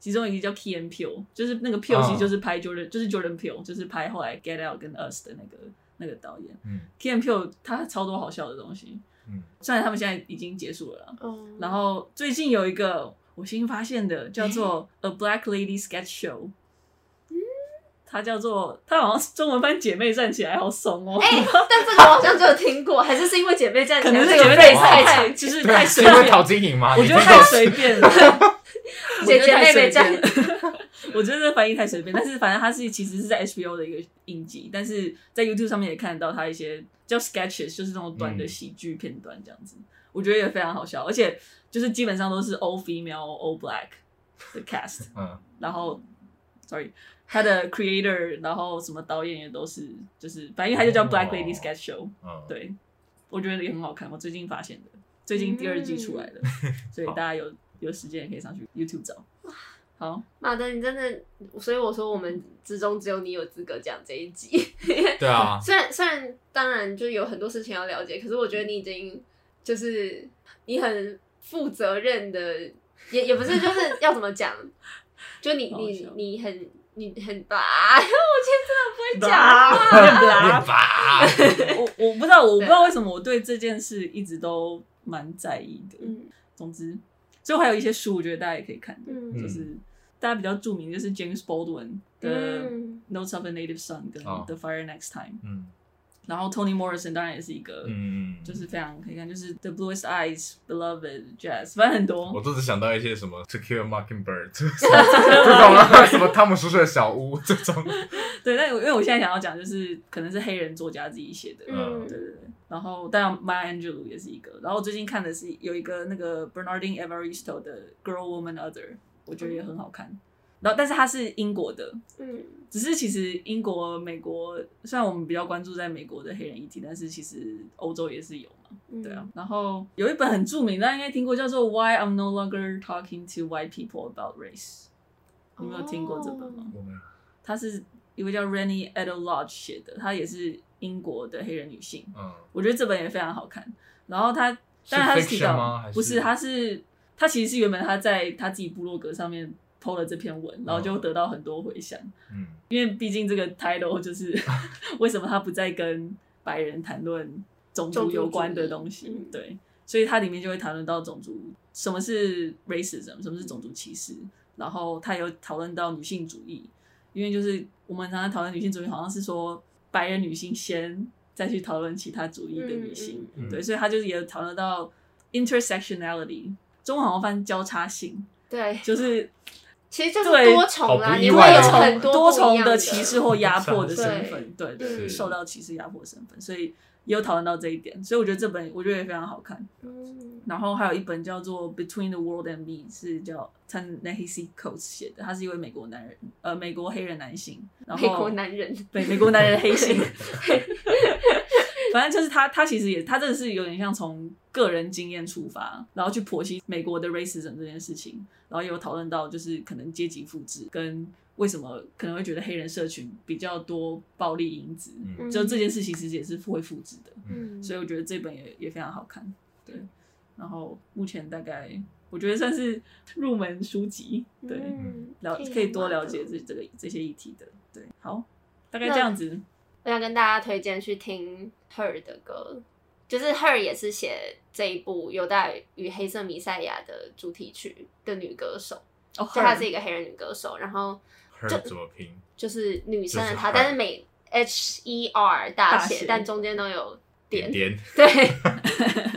[SPEAKER 1] 其中一个叫 Key and Peele，就是那个 Peele
[SPEAKER 3] 啊
[SPEAKER 1] 其实就是拍 Jordan，、就是 Jordan Peele，就是拍后来 Get Out 跟 Us 的那个那个导演。
[SPEAKER 3] 嗯
[SPEAKER 1] Key and Peele 他超多好笑的东西，
[SPEAKER 3] 嗯，
[SPEAKER 1] 虽然他们现在已经结束了啦。
[SPEAKER 2] 哦
[SPEAKER 1] 然后最近有一个我新发现的，叫做《A Black Lady Sketch Show》。它叫做，它好像是中文翻《姐妹站起来》，好怂哦！
[SPEAKER 2] 哎，但这个我好像就有听过，还是是因为姐妹站起
[SPEAKER 1] 可
[SPEAKER 2] 来
[SPEAKER 1] 能是
[SPEAKER 2] 这
[SPEAKER 1] 姐
[SPEAKER 2] 个
[SPEAKER 1] 妹
[SPEAKER 2] phrase
[SPEAKER 1] 站
[SPEAKER 2] 太
[SPEAKER 1] 太
[SPEAKER 2] 长
[SPEAKER 1] 太，就是
[SPEAKER 3] 对啊，
[SPEAKER 1] 太
[SPEAKER 3] 是
[SPEAKER 1] 随
[SPEAKER 3] 因为
[SPEAKER 1] 便，
[SPEAKER 3] 淘金赢
[SPEAKER 2] 啊
[SPEAKER 3] 吗？
[SPEAKER 1] 我
[SPEAKER 3] 你
[SPEAKER 1] 觉得
[SPEAKER 3] 听到
[SPEAKER 1] 太随便了。我觉
[SPEAKER 2] 姐
[SPEAKER 1] 得
[SPEAKER 2] 姐
[SPEAKER 1] 太
[SPEAKER 2] 妹
[SPEAKER 1] 随
[SPEAKER 2] 妹站
[SPEAKER 1] 便了， 我觉得这翻译太随便。但是反正它是其实是在 HBO 的一个影集，但是在 YouTube 上面也看得到它一些叫 sketches，就是那种短的
[SPEAKER 3] 嗯
[SPEAKER 1] 喜剧片段这样子。我觉得也非常好笑，而且就是基本上都是 all female、all black 的 cast。
[SPEAKER 3] 嗯，
[SPEAKER 1] 然后，sorry，他的 creator，然后什么导演也都是，就是反正他就叫
[SPEAKER 3] 哦
[SPEAKER 1] Black Lady Sketch Show，、
[SPEAKER 3] 嗯，
[SPEAKER 1] 对，我觉得也很好看，我最近发现的，最近第二季出来的，
[SPEAKER 2] 嗯
[SPEAKER 1] 所以大家有有时间也可以上去 YouTube 找。好，
[SPEAKER 2] 马德，你真的，所以我说我们之中只有你有资格讲这一集。
[SPEAKER 3] 对啊，
[SPEAKER 2] 虽然虽然当然就有很多事情要了解，可是我觉得你已经就是你很负责任的，也也不是就是要怎么讲，就你
[SPEAKER 1] 好好
[SPEAKER 2] 你
[SPEAKER 1] 笑
[SPEAKER 2] 你很你很 吧，我今天真的不会讲
[SPEAKER 1] 吧
[SPEAKER 2] 啊。
[SPEAKER 3] 面
[SPEAKER 1] 我
[SPEAKER 3] 吧，
[SPEAKER 1] 我不知道，我不知道为什么我对这件事一直都蛮在意的。
[SPEAKER 2] 嗯
[SPEAKER 1] 总之，最后还有一些书，我觉得大家也可以看的，
[SPEAKER 2] 嗯
[SPEAKER 1] 就是大家比较著名就是 James Baldwin 的《
[SPEAKER 2] 嗯
[SPEAKER 1] Notes of a Native Son》跟
[SPEAKER 3] 哦
[SPEAKER 1] 《The Fire Next Time》。
[SPEAKER 3] 嗯
[SPEAKER 1] 然后 Tony Morrison 当然也是一个，
[SPEAKER 3] 嗯，
[SPEAKER 1] 就是非常可以看，就是 The Bluest Eyes、Beloved、Jazz，反正很
[SPEAKER 3] 我
[SPEAKER 1] 多。
[SPEAKER 3] 都只想到一些什么《To Kill a Mockingbird》这 种啊，什么汤姆叔叔的小屋这种，
[SPEAKER 1] 对，但我因为我现在想要讲，就是可能是黑人作家自己写的，
[SPEAKER 3] 嗯
[SPEAKER 1] 对对对。然后当然 Maya Angelou 也是一个。然后我最近看的是有一个那个 Bernardine Evaristo 的《Girl Woman Other》，我觉得也很好看。然后但是它是英国的，
[SPEAKER 2] 嗯
[SPEAKER 1] 只是其实英国、美国，虽然我们比较关注在美国的黑人议题，但是其实欧洲也是有嘛。
[SPEAKER 2] 嗯，
[SPEAKER 1] 对啊，然后有一本很著名，大家应该听过，叫做《Why I'm No Longer Talking to White People About Race》，你没有听过这本吗？
[SPEAKER 3] 我们
[SPEAKER 1] 它是一位叫 Rennie e d e l o d g e 写的，她也是英国的黑人女性，
[SPEAKER 3] 嗯
[SPEAKER 1] 我觉得这本也非常好看。然后她，
[SPEAKER 3] 是
[SPEAKER 1] 当然她提
[SPEAKER 3] fiction 吗
[SPEAKER 1] 到
[SPEAKER 3] 还，是
[SPEAKER 1] 不是，她是她其实是原本她在她自己部落格上面 PO 了这篇文，
[SPEAKER 3] 哦
[SPEAKER 1] 然后就得到很多回响，
[SPEAKER 3] 嗯
[SPEAKER 1] 因为毕竟这个 title 就是 为什么他不再跟白人谈论种族有关的东西，
[SPEAKER 2] 种族主义嗯
[SPEAKER 1] 对，所以它里面就会谈论到种族，什么是 racism，什么是种族歧视，然后他有讨论到女性主义，因为就是我们常常讨论女性主义，好像是说白人女性先再去讨论其他主义的女性，
[SPEAKER 3] 嗯嗯
[SPEAKER 1] 对，所以他就是也讨论到 intersectionality，中文好像翻交叉性，
[SPEAKER 2] 对，
[SPEAKER 1] 就是
[SPEAKER 2] 其实就是
[SPEAKER 1] 对
[SPEAKER 2] 多重啦，
[SPEAKER 3] 好不
[SPEAKER 2] 你
[SPEAKER 3] 意
[SPEAKER 2] 会
[SPEAKER 3] 外
[SPEAKER 2] 有
[SPEAKER 3] 哦
[SPEAKER 2] 很
[SPEAKER 1] 多
[SPEAKER 2] 不一
[SPEAKER 1] 重
[SPEAKER 2] 样
[SPEAKER 1] 的
[SPEAKER 2] 的
[SPEAKER 1] 歧视或压迫的身份，对对
[SPEAKER 2] 是
[SPEAKER 1] 受到歧视压迫的身份，所以也有讨论到这一点，所以我觉得这本我觉得也非常好看。
[SPEAKER 2] 嗯
[SPEAKER 1] 然后还有一本叫做《Between the World and Me》，是叫 t a n a h i s e Coates 写的，他是一位美国男人，呃，美国黑人男性，然后
[SPEAKER 2] 美国男人，
[SPEAKER 1] 对美国男人黑 性，反正就是他，他其实也他真的是有点像从个人经验出发，然后去剖析美国的 racism 这件事情，然后也有讨论到就是可能阶级复制跟为什么可能会觉得黑人社群比较多暴力因子，
[SPEAKER 3] 嗯
[SPEAKER 1] 就这件事情其实也是会复制的。
[SPEAKER 2] 嗯，
[SPEAKER 1] 所以我觉得这本也也非常好看。对
[SPEAKER 2] 嗯，
[SPEAKER 1] 然后目前大概我觉得算是入门书籍，对，
[SPEAKER 2] 嗯
[SPEAKER 1] 了可以多了解这这个这些议题的。对，好，大概
[SPEAKER 2] 那
[SPEAKER 1] 这样子。
[SPEAKER 2] 我想跟大家推荐去听 Her 的歌，就是 Her 也是写这一部《犹大与黑色弥赛亚》的主题曲的女歌手，
[SPEAKER 1] 哦，
[SPEAKER 2] 就她是一个黑人女歌手，然后
[SPEAKER 3] ，her 怎么拼？
[SPEAKER 2] 就是女生的
[SPEAKER 3] 就是
[SPEAKER 2] 她，
[SPEAKER 3] Her
[SPEAKER 2] 但是每 H E R
[SPEAKER 1] 大
[SPEAKER 2] 大写
[SPEAKER 1] 写，
[SPEAKER 2] 但中间都有点
[SPEAKER 3] 点点，
[SPEAKER 2] 对。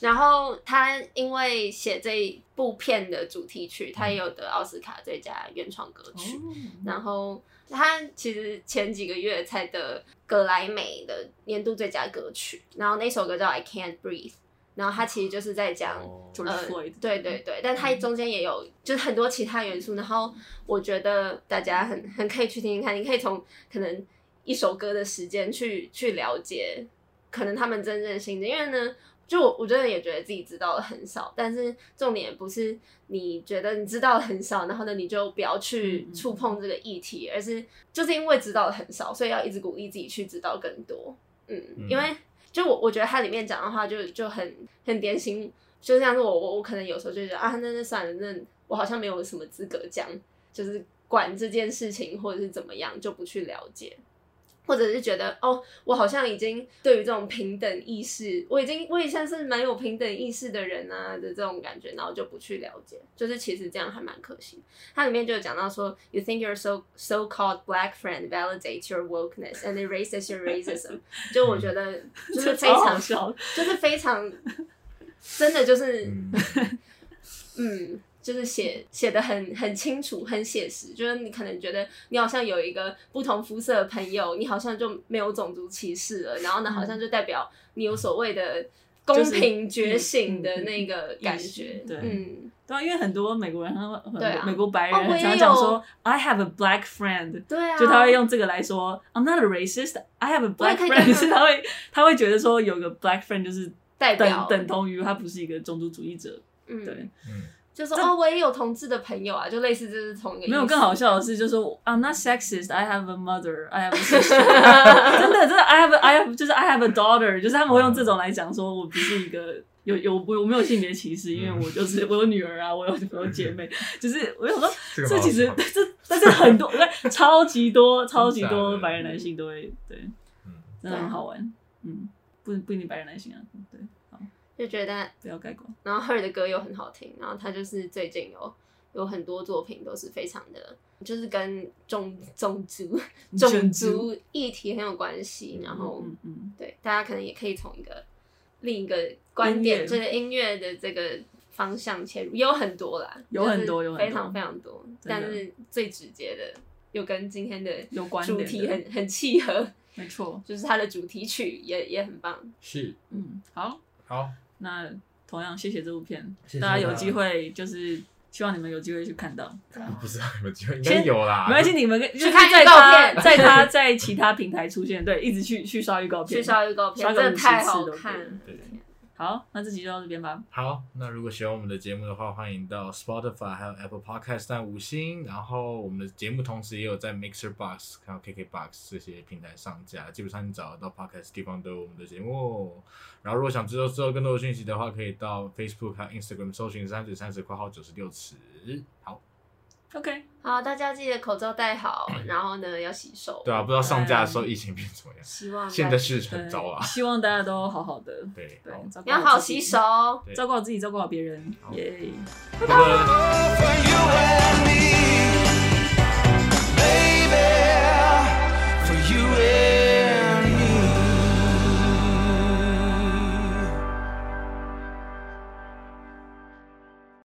[SPEAKER 2] 然后他因为写这部片的主题曲，他也有得奥斯卡最佳原创歌曲。
[SPEAKER 1] 哦，
[SPEAKER 2] 然后他其实前几个月才得格莱美的年度最佳歌曲，然后那首歌叫《I Can't Breathe》，然后他其实就是在讲
[SPEAKER 3] 哦
[SPEAKER 1] 就是
[SPEAKER 2] 呃
[SPEAKER 1] Floyd，，
[SPEAKER 2] 对对对，但
[SPEAKER 1] 嗯
[SPEAKER 2] 它中间也有就是很多其他元素，然后我觉得大家很很可以去听听看，你可以从可能一首歌的时间去去了解，可能他们真正的心境，因为呢。就我，我真的也觉得自己知道的很少，但是重点不是你觉得你知道的很少，然后呢你就不要去
[SPEAKER 1] 嗯嗯
[SPEAKER 2] 触碰这个议题，而是就是因为知道的很少，所以要一直鼓励自己去知道更多。嗯，因为就我我觉得它里面讲的话就就很很典型，就像是我我我可能有时候就觉得啊，那那算了，那我好像没有什么资格讲，就是管这件事情或者是怎么样，就不去了解。或者是觉得哦，我好像已经对于这种平等意识，我已经我也算是蛮有平等意识的人啊的这种感觉，然后就不去了解，就是其实这样还蛮可惜。它里面就有讲到说，You think your so so called black friend validates your wokeness and erases your racism，就我觉得就
[SPEAKER 1] 嗯这
[SPEAKER 2] 是非
[SPEAKER 1] 超好
[SPEAKER 2] 常
[SPEAKER 1] 笑。
[SPEAKER 2] 就是非常，真的就是，
[SPEAKER 3] 嗯
[SPEAKER 2] 嗯，
[SPEAKER 1] 嗯
[SPEAKER 2] 就是写写的很很清楚，很写实。就是你可能觉得你好像有一个不同肤色的朋友，你好像就没有种族歧视了，然后呢，
[SPEAKER 1] 嗯
[SPEAKER 2] 好像就代表你有所谓的
[SPEAKER 1] 就
[SPEAKER 2] 公
[SPEAKER 1] 是
[SPEAKER 2] 平
[SPEAKER 1] 嗯
[SPEAKER 2] 觉
[SPEAKER 1] 嗯
[SPEAKER 2] 醒的
[SPEAKER 1] 嗯
[SPEAKER 2] 那个
[SPEAKER 1] 意
[SPEAKER 2] 感
[SPEAKER 1] 识
[SPEAKER 2] 觉，
[SPEAKER 1] 对
[SPEAKER 2] 嗯，
[SPEAKER 1] 对啊，因为很多美国人，他们很
[SPEAKER 2] 对啊
[SPEAKER 1] 美国白
[SPEAKER 2] 哦
[SPEAKER 1] 人
[SPEAKER 2] 我
[SPEAKER 1] 很
[SPEAKER 2] 也
[SPEAKER 1] 常讲
[SPEAKER 2] 有
[SPEAKER 1] 说，I have a black friend，
[SPEAKER 2] 对啊，
[SPEAKER 1] 就他会用这个来说，I'm not a racist，I have a
[SPEAKER 2] 我也
[SPEAKER 1] black
[SPEAKER 2] 可以这样
[SPEAKER 1] friend，是 他会他会觉得说有个 black friend 就是
[SPEAKER 2] 代表
[SPEAKER 1] 等等同于他不是一个种族主义者，
[SPEAKER 2] 嗯，
[SPEAKER 1] 对。
[SPEAKER 3] 嗯，
[SPEAKER 2] 就说哦，我也有同志的朋友啊，就类似就是同一个
[SPEAKER 1] 没有
[SPEAKER 2] 意思
[SPEAKER 1] 更 好 笑的是，就是说 I'm not sexist, I have a mother, I have a sister 真的真的 I have a, I have 就是 I have a daughter，就是他们会用这种来讲说我不是一个有有我我没有性别歧视，因
[SPEAKER 3] 嗯
[SPEAKER 1] 为我就是我有女儿啊，我有我有姐妹，就是我想说
[SPEAKER 3] 这个
[SPEAKER 1] 这
[SPEAKER 3] 蛮好
[SPEAKER 1] 其实
[SPEAKER 3] 笑的
[SPEAKER 1] 这但是很多对超级多超级
[SPEAKER 3] 真的假
[SPEAKER 1] 多
[SPEAKER 3] 的
[SPEAKER 1] 白人男性都会对，
[SPEAKER 3] 嗯
[SPEAKER 1] 真的
[SPEAKER 2] 啊
[SPEAKER 1] 很好玩，嗯，不不一定白人男性啊，对，好
[SPEAKER 2] 就觉得
[SPEAKER 1] 不要概括，
[SPEAKER 2] 然后 Her 的歌又很好听，然后他就是最近有有很多作品都是非常的，就是跟种种族种
[SPEAKER 1] 种
[SPEAKER 2] 族
[SPEAKER 1] 族
[SPEAKER 2] 议题很有关系。然后、
[SPEAKER 1] 嗯嗯
[SPEAKER 2] 对大家可能也可以从一个另一个观点，
[SPEAKER 1] 音乐
[SPEAKER 2] 就是音乐的这个方向切入，也有很多啦，
[SPEAKER 1] 有很多
[SPEAKER 2] 就是
[SPEAKER 1] 有很多
[SPEAKER 2] 非常非常多，
[SPEAKER 1] 真的
[SPEAKER 2] 但是最直接的又跟今天的
[SPEAKER 1] 有关联
[SPEAKER 2] 主
[SPEAKER 1] 的
[SPEAKER 2] 题很很契合，
[SPEAKER 1] 没错，
[SPEAKER 2] 就是它的主题曲也也很棒。
[SPEAKER 3] 是
[SPEAKER 1] 嗯好。
[SPEAKER 3] 好，
[SPEAKER 1] 那同样谢谢这部片，
[SPEAKER 3] 谢谢
[SPEAKER 1] 大家有机会就是希望你们有机会去看到，
[SPEAKER 3] 哦不啊知道有没有机会，应该有啦，
[SPEAKER 1] 没关系，你们跟就是
[SPEAKER 2] 啊看预
[SPEAKER 1] 在
[SPEAKER 2] 告
[SPEAKER 1] 他
[SPEAKER 2] 片
[SPEAKER 1] 在 他在其他平台出现，对，一直去去刷预告片，
[SPEAKER 2] 去刷预告片
[SPEAKER 1] 刷个
[SPEAKER 2] 真的太
[SPEAKER 1] 50次
[SPEAKER 2] 好
[SPEAKER 1] 都可以
[SPEAKER 2] 看了
[SPEAKER 3] 对。
[SPEAKER 1] 好，那这集就到这边吧，
[SPEAKER 3] 好，那如果喜欢我们的节目的话，欢迎到 Spotify 还有 Apple Podcast 上五星。然后我们的节目同时也有在 Mixer Box 还有 KK Box 这些平台上架，基本上你找得到 Podcast 地方都有我们的节目。然后如果想知道知道更多的讯息的话，可以到 Facebook 还有 Instagram 搜寻三十三十括号九十六尺。好，
[SPEAKER 1] ，OK，
[SPEAKER 2] 好，大家记得口罩戴 好，然后呢要洗手。
[SPEAKER 3] 对啊，不知道上架的时候疫情变怎么样，
[SPEAKER 2] 希望
[SPEAKER 3] 现在是很
[SPEAKER 1] 对
[SPEAKER 3] 糟啊。
[SPEAKER 1] 希望大家都好好的，
[SPEAKER 3] 对，
[SPEAKER 1] 对
[SPEAKER 3] 好，
[SPEAKER 1] 照顾
[SPEAKER 2] 要好
[SPEAKER 1] 自己
[SPEAKER 2] 洗手。
[SPEAKER 3] 对
[SPEAKER 1] 照顾好自己，照顾好别人，
[SPEAKER 3] 好
[SPEAKER 1] 耶、
[SPEAKER 3] 拜拜。
[SPEAKER 4] When